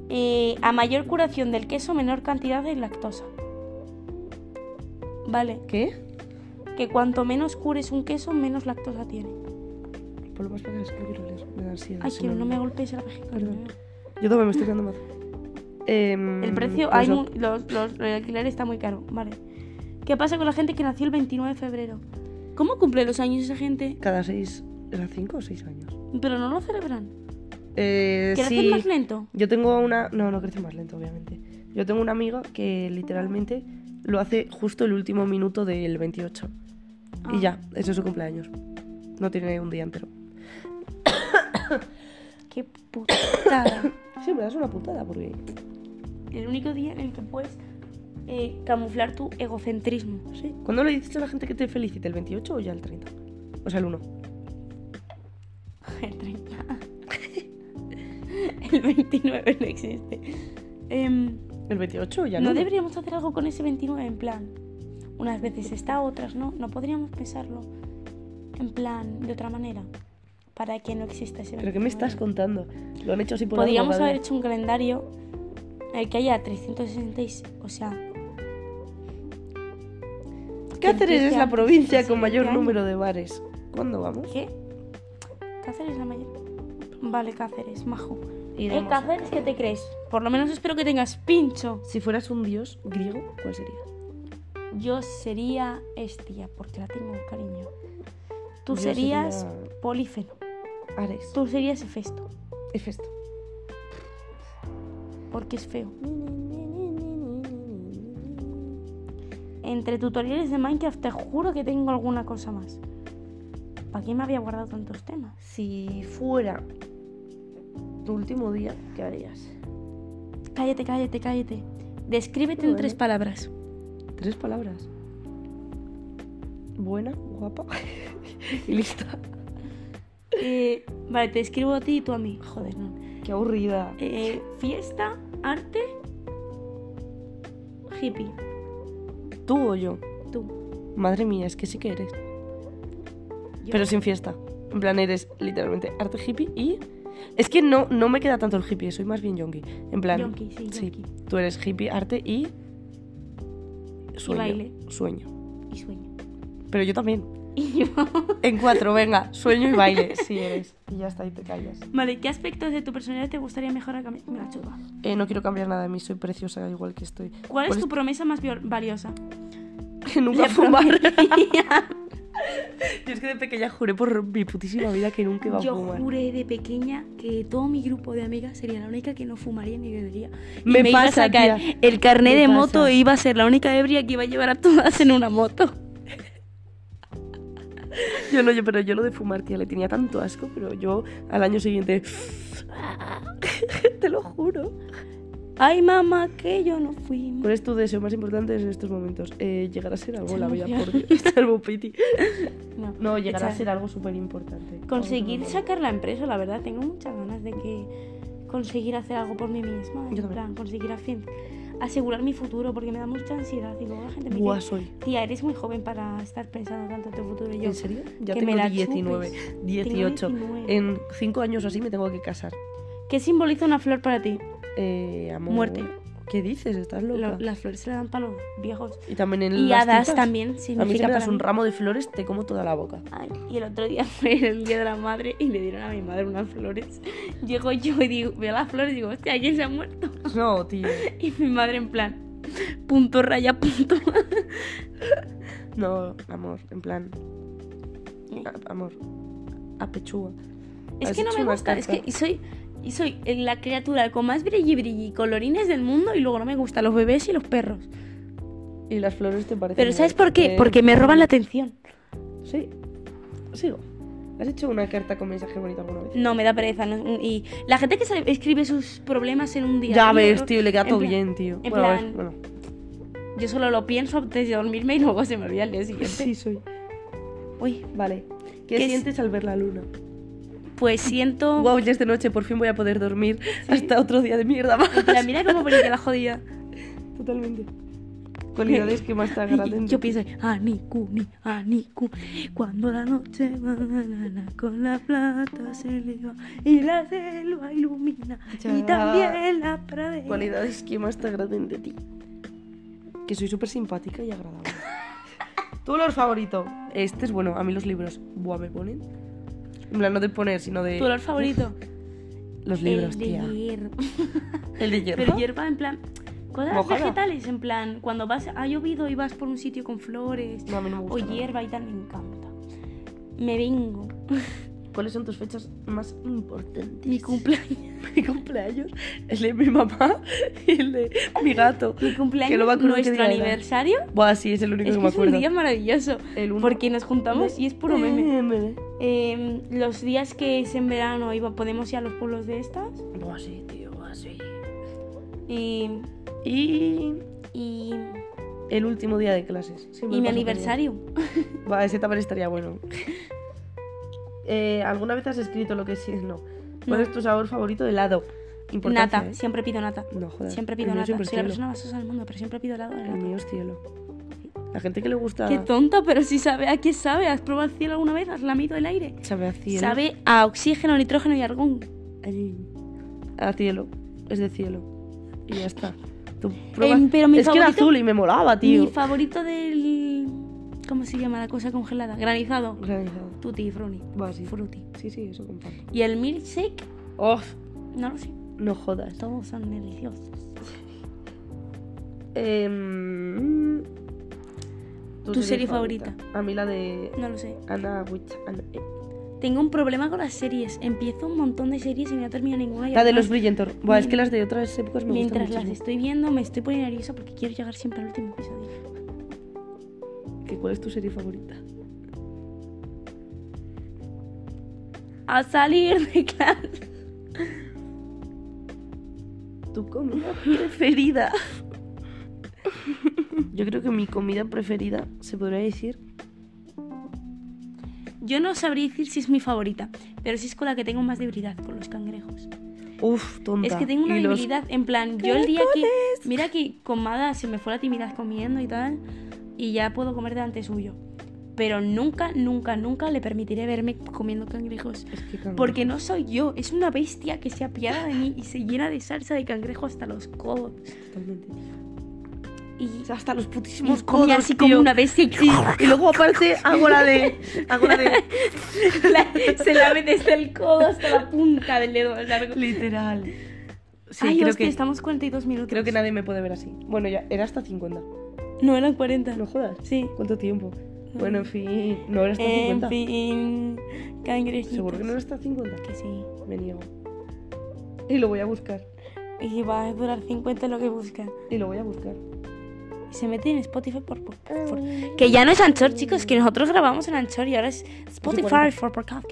[SPEAKER 1] Eh, a mayor curación del queso, menor cantidad de lactosa. Vale.
[SPEAKER 2] ¿Qué?
[SPEAKER 1] Que cuanto menos cures un queso, menos lactosa tiene.
[SPEAKER 2] Por lo más fácil es que lo quiero leer. Me da ansiedad.
[SPEAKER 1] Ay,
[SPEAKER 2] se
[SPEAKER 1] que no me
[SPEAKER 2] olvida.
[SPEAKER 1] golpees la vejiga.
[SPEAKER 2] Perdón. Yo también me
[SPEAKER 1] [laughs]
[SPEAKER 2] estoy quedando pues más. Em,
[SPEAKER 1] El precio, hay mu- los, los- el alquiler está muy caro. Vale. ¿Qué pasa con la gente que nació el 29 de febrero? ¿Cómo cumple los años esa gente?
[SPEAKER 2] Cada seis. ¿Era cinco o seis años?
[SPEAKER 1] Pero no lo celebran.
[SPEAKER 2] Eh,
[SPEAKER 1] ¿Quieres
[SPEAKER 2] Este, sí.
[SPEAKER 1] más lento?
[SPEAKER 2] Yo tengo una. No, no crece más lento, obviamente. Yo tengo una amiga que literalmente lo hace justo el último minuto del 28.
[SPEAKER 1] Ah.
[SPEAKER 2] Y ya, eso es su cumpleaños. No tiene un día entero.
[SPEAKER 1] Qué putada.
[SPEAKER 2] Sí, me das una putada porque...
[SPEAKER 1] el único día en el que puedes eh, camuflar tu egocentrismo. [laughs]
[SPEAKER 2] Sí. ¿Cuándo le dices a la gente que te felicite? ¿El 28 o ya el 30? O sea, el 1.
[SPEAKER 1] El 30. [laughs] El 29 no existe. Em,
[SPEAKER 2] ¿El 28 o ya el
[SPEAKER 1] ¿No
[SPEAKER 2] 1?
[SPEAKER 1] deberíamos hacer algo con ese 29 en plan? Unas veces está, otras no. No podríamos pensarlo en plan de otra manera para que no exista ese 29.
[SPEAKER 2] ¿Pero qué me estás contando? Lo han hecho así por
[SPEAKER 1] Podríamos
[SPEAKER 2] algo,
[SPEAKER 1] haber
[SPEAKER 2] ¿vale?
[SPEAKER 1] hecho un calendario en el que haya 366, o sea,
[SPEAKER 2] Cáceres es la provincia con mayor
[SPEAKER 1] Especial.
[SPEAKER 2] número de bares. ¿Cuándo vamos?
[SPEAKER 1] ¿qué? Cáceres la mayor. Vale, Cáceres, majo. ¿Eh,
[SPEAKER 2] Iremos.
[SPEAKER 1] Cáceres qué te crees? Por lo menos espero que tengas pincho.
[SPEAKER 2] Si fueras un dios griego, ¿cuál sería?
[SPEAKER 1] Yo sería Estia, porque la tengo cariño. Tú
[SPEAKER 2] Yo
[SPEAKER 1] serías
[SPEAKER 2] sería-
[SPEAKER 1] Polífeno.
[SPEAKER 2] Ares.
[SPEAKER 1] Tú serías Hefesto, [laughs]
[SPEAKER 2] Hefesto.
[SPEAKER 1] porque es feo. Entre tutoriales de Minecraft te juro que tengo alguna cosa más. ¿Para qué me había guardado tantos temas?
[SPEAKER 2] Si fuera tu último día, ¿qué harías?
[SPEAKER 1] Cállate, cállate, cállate. Descríbete en
[SPEAKER 2] Bueno.
[SPEAKER 1] tres palabras.
[SPEAKER 2] Tres palabras. Buena, guapa [laughs] y lista.
[SPEAKER 1] Eh, vale, te describo a ti y tú a mí. Joder, no.
[SPEAKER 2] Qué aburrida.
[SPEAKER 1] Eh, fiesta, arte, hippie.
[SPEAKER 2] ¿Tú o yo?
[SPEAKER 1] Tú.
[SPEAKER 2] Madre mía, es que sí que eres.
[SPEAKER 1] Yo.
[SPEAKER 2] Pero sin fiesta. En plan, eres literalmente arte hippie y... Es que no, no me queda tanto el hippie, soy más bien yonki. En plan...
[SPEAKER 1] Yonki, sí, yonki.
[SPEAKER 2] Tú eres hippie, arte y... Sueño.
[SPEAKER 1] baile.
[SPEAKER 2] Sueño.
[SPEAKER 1] Y sueño. [laughs]
[SPEAKER 2] Pero yo también.
[SPEAKER 1] Y yo.
[SPEAKER 2] En cuatro, venga. Sueño y
[SPEAKER 1] [laughs]
[SPEAKER 2] baile, si eres. Y ya está, y te callas.
[SPEAKER 1] Vale, ¿qué aspectos de tu personalidad te gustaría mejorar? Cami? Me la chupa.
[SPEAKER 2] Eh, no quiero cambiar nada de mí, soy preciosa igual que estoy.
[SPEAKER 1] ¿Cuál es tu promesa más viol- valiosa?
[SPEAKER 2] Que
[SPEAKER 1] [laughs]
[SPEAKER 2] nunca [laughs] fumar.
[SPEAKER 1] prometía-
[SPEAKER 2] Yo es que de pequeña juré por mi putísima vida que nunca iba a
[SPEAKER 1] Yo
[SPEAKER 2] fumar.
[SPEAKER 1] juré de pequeña que todo mi grupo de amigas sería la única que no fumaría ni bebería. Y
[SPEAKER 2] Me
[SPEAKER 1] iba a
[SPEAKER 2] pasa,
[SPEAKER 1] sacar
[SPEAKER 2] tía.
[SPEAKER 1] el carné
[SPEAKER 2] Me
[SPEAKER 1] de
[SPEAKER 2] pasa.
[SPEAKER 1] moto e iba a ser la única ebria que iba a llevar a todas en una moto. [laughs]
[SPEAKER 2] Yo no, yo, pero yo lo de fumar, tía, le tenía tanto asco, pero yo al año siguiente. Te lo juro.
[SPEAKER 1] Ay, mamá, que yo no fui.
[SPEAKER 2] ¿Cuál es tu deseo más importante en estos momentos? Eh, llegar a ser algo en la
[SPEAKER 1] Salvo
[SPEAKER 2] vida,
[SPEAKER 1] Dios.
[SPEAKER 2] por Dios. [laughs] Salvo Piti.
[SPEAKER 1] No,
[SPEAKER 2] No, llegar a
[SPEAKER 1] Echar-
[SPEAKER 2] ser algo súper importante.
[SPEAKER 1] Conseguir sacar la empresa, la verdad, tengo muchas ganas de que conseguir hacer algo por mí misma, en
[SPEAKER 2] Yo también.
[SPEAKER 1] plan, conseguir al fin asegurar mi futuro, porque me da mucha ansiedad y luego la gente me
[SPEAKER 2] Buah,
[SPEAKER 1] dice,
[SPEAKER 2] soy.
[SPEAKER 1] tía, eres muy joven para estar pensando tanto en tu futuro y yo.
[SPEAKER 2] ¿En serio? Ya
[SPEAKER 1] que
[SPEAKER 2] tengo
[SPEAKER 1] me la
[SPEAKER 2] 19,
[SPEAKER 1] chupes.
[SPEAKER 2] 18.
[SPEAKER 1] Tengo 19.
[SPEAKER 2] En 5 años o así me tengo que casar.
[SPEAKER 1] ¿Qué simboliza una flor para ti?
[SPEAKER 2] Eh, amor.
[SPEAKER 1] Muerte.
[SPEAKER 2] ¿Qué dices? ¿Estás loca?
[SPEAKER 1] Lo- las flores se le dan para los viejos.
[SPEAKER 2] Y también en
[SPEAKER 1] Y
[SPEAKER 2] las
[SPEAKER 1] hadas
[SPEAKER 2] citas.
[SPEAKER 1] también significa
[SPEAKER 2] A mí si me
[SPEAKER 1] para
[SPEAKER 2] das un
[SPEAKER 1] mí.
[SPEAKER 2] ramo de flores, te como toda la
[SPEAKER 1] [laughs]
[SPEAKER 2] boca.
[SPEAKER 1] Ay, y el otro día [laughs] fue el día de la madre y le dieron a mi madre unas flores. Llego yo y digo, veo las flores y digo, hostia, ¿quién se ha muerto? [laughs]
[SPEAKER 2] No, tío.
[SPEAKER 1] Y mi madre en plan, punto,
[SPEAKER 2] [laughs]
[SPEAKER 1] raya, punto.
[SPEAKER 2] No, amor, en plan. a- amor. A pechuga.
[SPEAKER 1] Es
[SPEAKER 2] Has
[SPEAKER 1] que no
[SPEAKER 2] hecho
[SPEAKER 1] me
[SPEAKER 2] una
[SPEAKER 1] gusta, es que
[SPEAKER 2] carta.
[SPEAKER 1] y soy, y soy la criatura con más brilli brilli y colorines del mundo y luego no me gustan los bebés y los perros.
[SPEAKER 2] Pues Y las flores te parecen.
[SPEAKER 1] Pero ¿sabes por qué?
[SPEAKER 2] muerte.
[SPEAKER 1] Porque me roban la atención.
[SPEAKER 2] Sí. Sigo. ¿Has hecho una carta con mensaje bonito alguna vez?
[SPEAKER 1] No, me da pereza. no- mm, y la gente que sabe- escribe sus problemas en un día.
[SPEAKER 2] Ya
[SPEAKER 1] yo-
[SPEAKER 2] ves, tío, le queda
[SPEAKER 1] en
[SPEAKER 2] todo
[SPEAKER 1] plan-
[SPEAKER 2] bien, tío.
[SPEAKER 1] en
[SPEAKER 2] Bueno, a ver,
[SPEAKER 1] plan-
[SPEAKER 2] bueno.
[SPEAKER 1] Yo solo lo pienso antes de dormirme y luego se me olvida el día siguiente.
[SPEAKER 2] Sí, soy.
[SPEAKER 1] Uy,
[SPEAKER 2] Vale. ¿Qué,
[SPEAKER 1] ¿Qué es-
[SPEAKER 2] sientes al ver la luna?
[SPEAKER 1] pues siento...
[SPEAKER 2] Wow, ya es de noche, por fin voy a poder dormir. Hasta otro día de mierda más.
[SPEAKER 1] La mira como bonita
[SPEAKER 2] [laughs]
[SPEAKER 1] la jodida.
[SPEAKER 2] Totalmente. Cualidades que más te agraden. de
[SPEAKER 1] [laughs] Yo
[SPEAKER 2] ti.
[SPEAKER 1] pienso, Aniku, ni, Aniku, cuando la noche banana con la plata se eleva y la selva ilumina y
[SPEAKER 2] Ya.
[SPEAKER 1] también la pradera.
[SPEAKER 2] Cualidades que más te agraden de ti. Que soy súper simpática y [laughs] agradable. ¿Tu olor favorito? Este es bueno, a mí los libros. Buah, me ponen. En plan, no de poner, sino de.
[SPEAKER 1] ¿Tu olor favorito?
[SPEAKER 2] Los libros,
[SPEAKER 1] el de
[SPEAKER 2] tía.
[SPEAKER 1] hierba.
[SPEAKER 2] El de hierba.
[SPEAKER 1] Pero hierba en plan, cosas
[SPEAKER 2] Mojada.
[SPEAKER 1] vegetales, en plan, cuando vas, ha llovido y vas por un sitio con flores
[SPEAKER 2] No, a mí no me
[SPEAKER 1] o
[SPEAKER 2] gusta. nada.
[SPEAKER 1] hierba y tal, me encanta. Me vengo.
[SPEAKER 2] ¿Cuáles son tus fechas más importantes?
[SPEAKER 1] [laughs] Mi
[SPEAKER 2] [laughs]
[SPEAKER 1] cumpleaños.
[SPEAKER 2] Mi cumpleaños, el de mi mamá y el de mi gato.
[SPEAKER 1] Mi cumpleaños,
[SPEAKER 2] Que no me acuerdo qué
[SPEAKER 1] nuestro
[SPEAKER 2] día era.
[SPEAKER 1] aniversario.
[SPEAKER 2] Buah, sí, es el único
[SPEAKER 1] Es
[SPEAKER 2] que
[SPEAKER 1] que
[SPEAKER 2] me
[SPEAKER 1] es un
[SPEAKER 2] acuerdo.
[SPEAKER 1] día maravilloso.
[SPEAKER 2] El uno.
[SPEAKER 1] Porque nos juntamos y es puro meme.
[SPEAKER 2] meme.
[SPEAKER 1] Em, los días que es en verano iba, podemos ir a los pueblos de estas.
[SPEAKER 2] Buah, sí, tío, buah, sí.
[SPEAKER 1] Y.
[SPEAKER 2] Y
[SPEAKER 1] em, Y.
[SPEAKER 2] el último día de clases. Siempre
[SPEAKER 1] y
[SPEAKER 2] lo
[SPEAKER 1] mi
[SPEAKER 2] paso
[SPEAKER 1] aniversario.
[SPEAKER 2] genial. Va, ese también estaría
[SPEAKER 1] [laughs]
[SPEAKER 2] bueno. Eh, ¿Alguna vez has escrito lo que sí? No. ¿Cuál
[SPEAKER 1] No.
[SPEAKER 2] es tu sabor favorito de helado? Importante,
[SPEAKER 1] Nata.
[SPEAKER 2] ¿eh?
[SPEAKER 1] Siempre pido nata.
[SPEAKER 2] No, joder.
[SPEAKER 1] Siempre
[SPEAKER 2] El
[SPEAKER 1] pido
[SPEAKER 2] mío
[SPEAKER 1] nata.
[SPEAKER 2] siempre es
[SPEAKER 1] Soy la
[SPEAKER 2] cielo.
[SPEAKER 1] persona más sosa del mundo, pero siempre pido helado de
[SPEAKER 2] El
[SPEAKER 1] nata.
[SPEAKER 2] mío es cielo. La gente que le gusta.
[SPEAKER 1] Qué tonta, pero si sabe a qué sabe. ¿Has probado el cielo alguna vez? ¿Has lamido el aire?
[SPEAKER 2] Sabe a cielo.
[SPEAKER 1] Sabe a oxígeno, nitrógeno y argón.
[SPEAKER 2] Ay, A cielo. Es de cielo. Y ya está. Tú
[SPEAKER 1] Em, pero mi
[SPEAKER 2] es que era
[SPEAKER 1] favorito-
[SPEAKER 2] azul y me molaba, tío.
[SPEAKER 1] Mi favorito del. ¿Cómo se llama la cosa congelada? Granizado.
[SPEAKER 2] Granizado.
[SPEAKER 1] Tutti, fruni.
[SPEAKER 2] Va, sí.
[SPEAKER 1] Frutti.
[SPEAKER 2] Sí, sí, eso comparto.
[SPEAKER 1] Y el milkshake,
[SPEAKER 2] Oh,
[SPEAKER 1] no lo sé.
[SPEAKER 2] no jodas.
[SPEAKER 1] Todos son deliciosos.
[SPEAKER 2] Em,
[SPEAKER 1] Tu serie favorita.
[SPEAKER 2] A mí la de
[SPEAKER 1] No lo sé.
[SPEAKER 2] Ana Witch. Ana- eh,
[SPEAKER 1] Tengo un problema con las series. Empiezo un montón de series y no termino ninguna. y
[SPEAKER 2] La de
[SPEAKER 1] además,
[SPEAKER 2] los Brillantor. Buah, es que las de otras épocas me
[SPEAKER 1] Mientras
[SPEAKER 2] gustan
[SPEAKER 1] las
[SPEAKER 2] muchísimo.
[SPEAKER 1] estoy viendo, me estoy poniendo nerviosa porque quiero llegar siempre al último episodio.
[SPEAKER 2] ¿Qué- ¿Cuál es tu serie favorita?
[SPEAKER 1] A salir de clase.
[SPEAKER 2] Tu comida
[SPEAKER 1] [laughs]
[SPEAKER 2] preferida. Yo creo que mi comida preferida se podría decir
[SPEAKER 1] Yo no sabría decir si es mi favorita, pero sí es con la que tengo más debilidad, con los cangrejos.
[SPEAKER 2] Uf, tonta.
[SPEAKER 1] Es que tengo una
[SPEAKER 2] Mm, Y los-
[SPEAKER 1] debilidad, en plan, yo el día que... Mira que con Mada se me fue la timidez comiendo y tal, y ya puedo comer delante suyo. Pero nunca, nunca, nunca le permitiré verme comiendo cangrejos.
[SPEAKER 2] Es que cangrejo.
[SPEAKER 1] Porque no soy yo, es una bestia que se apiada de mí y se llena de salsa de cangrejo hasta los codos.
[SPEAKER 2] Totalmente.
[SPEAKER 1] Y,
[SPEAKER 2] O sea, Hasta los putísimos
[SPEAKER 1] y come
[SPEAKER 2] codos,
[SPEAKER 1] así
[SPEAKER 2] tío.
[SPEAKER 1] como una bestia y
[SPEAKER 2] Y luego aparte hago la de... Hago la de...
[SPEAKER 1] [laughs] la- [laughs] se la ve desde el codo hasta la punta del dedo largo.
[SPEAKER 2] Literal. Sí,
[SPEAKER 1] Ay,
[SPEAKER 2] creo
[SPEAKER 1] hostia,
[SPEAKER 2] que...
[SPEAKER 1] estamos 42 minutos.
[SPEAKER 2] Creo que nadie me puede ver así. Bueno, ya era hasta 50.
[SPEAKER 1] No eran 40.
[SPEAKER 2] No jodas.
[SPEAKER 1] Sí.
[SPEAKER 2] ¿Cuánto tiempo? Bueno, en fin, no era hasta 50.
[SPEAKER 1] En fin, cangrejitos.
[SPEAKER 2] Seguro que no era hasta 50.
[SPEAKER 1] Que sí.
[SPEAKER 2] Me niego. Y lo voy a buscar.
[SPEAKER 1] Y va a durar 50 lo que busca.
[SPEAKER 2] Y lo voy a buscar.
[SPEAKER 1] Y se mete en Spotify por, por-
[SPEAKER 2] Mm.
[SPEAKER 1] por- Que ya no es Anchor, chicos, que nosotros grabamos en Anchor y ahora es Spotify for podcast.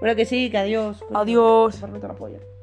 [SPEAKER 2] Bueno, que sí, que adiós.
[SPEAKER 1] Adiós.
[SPEAKER 2] Por la polla.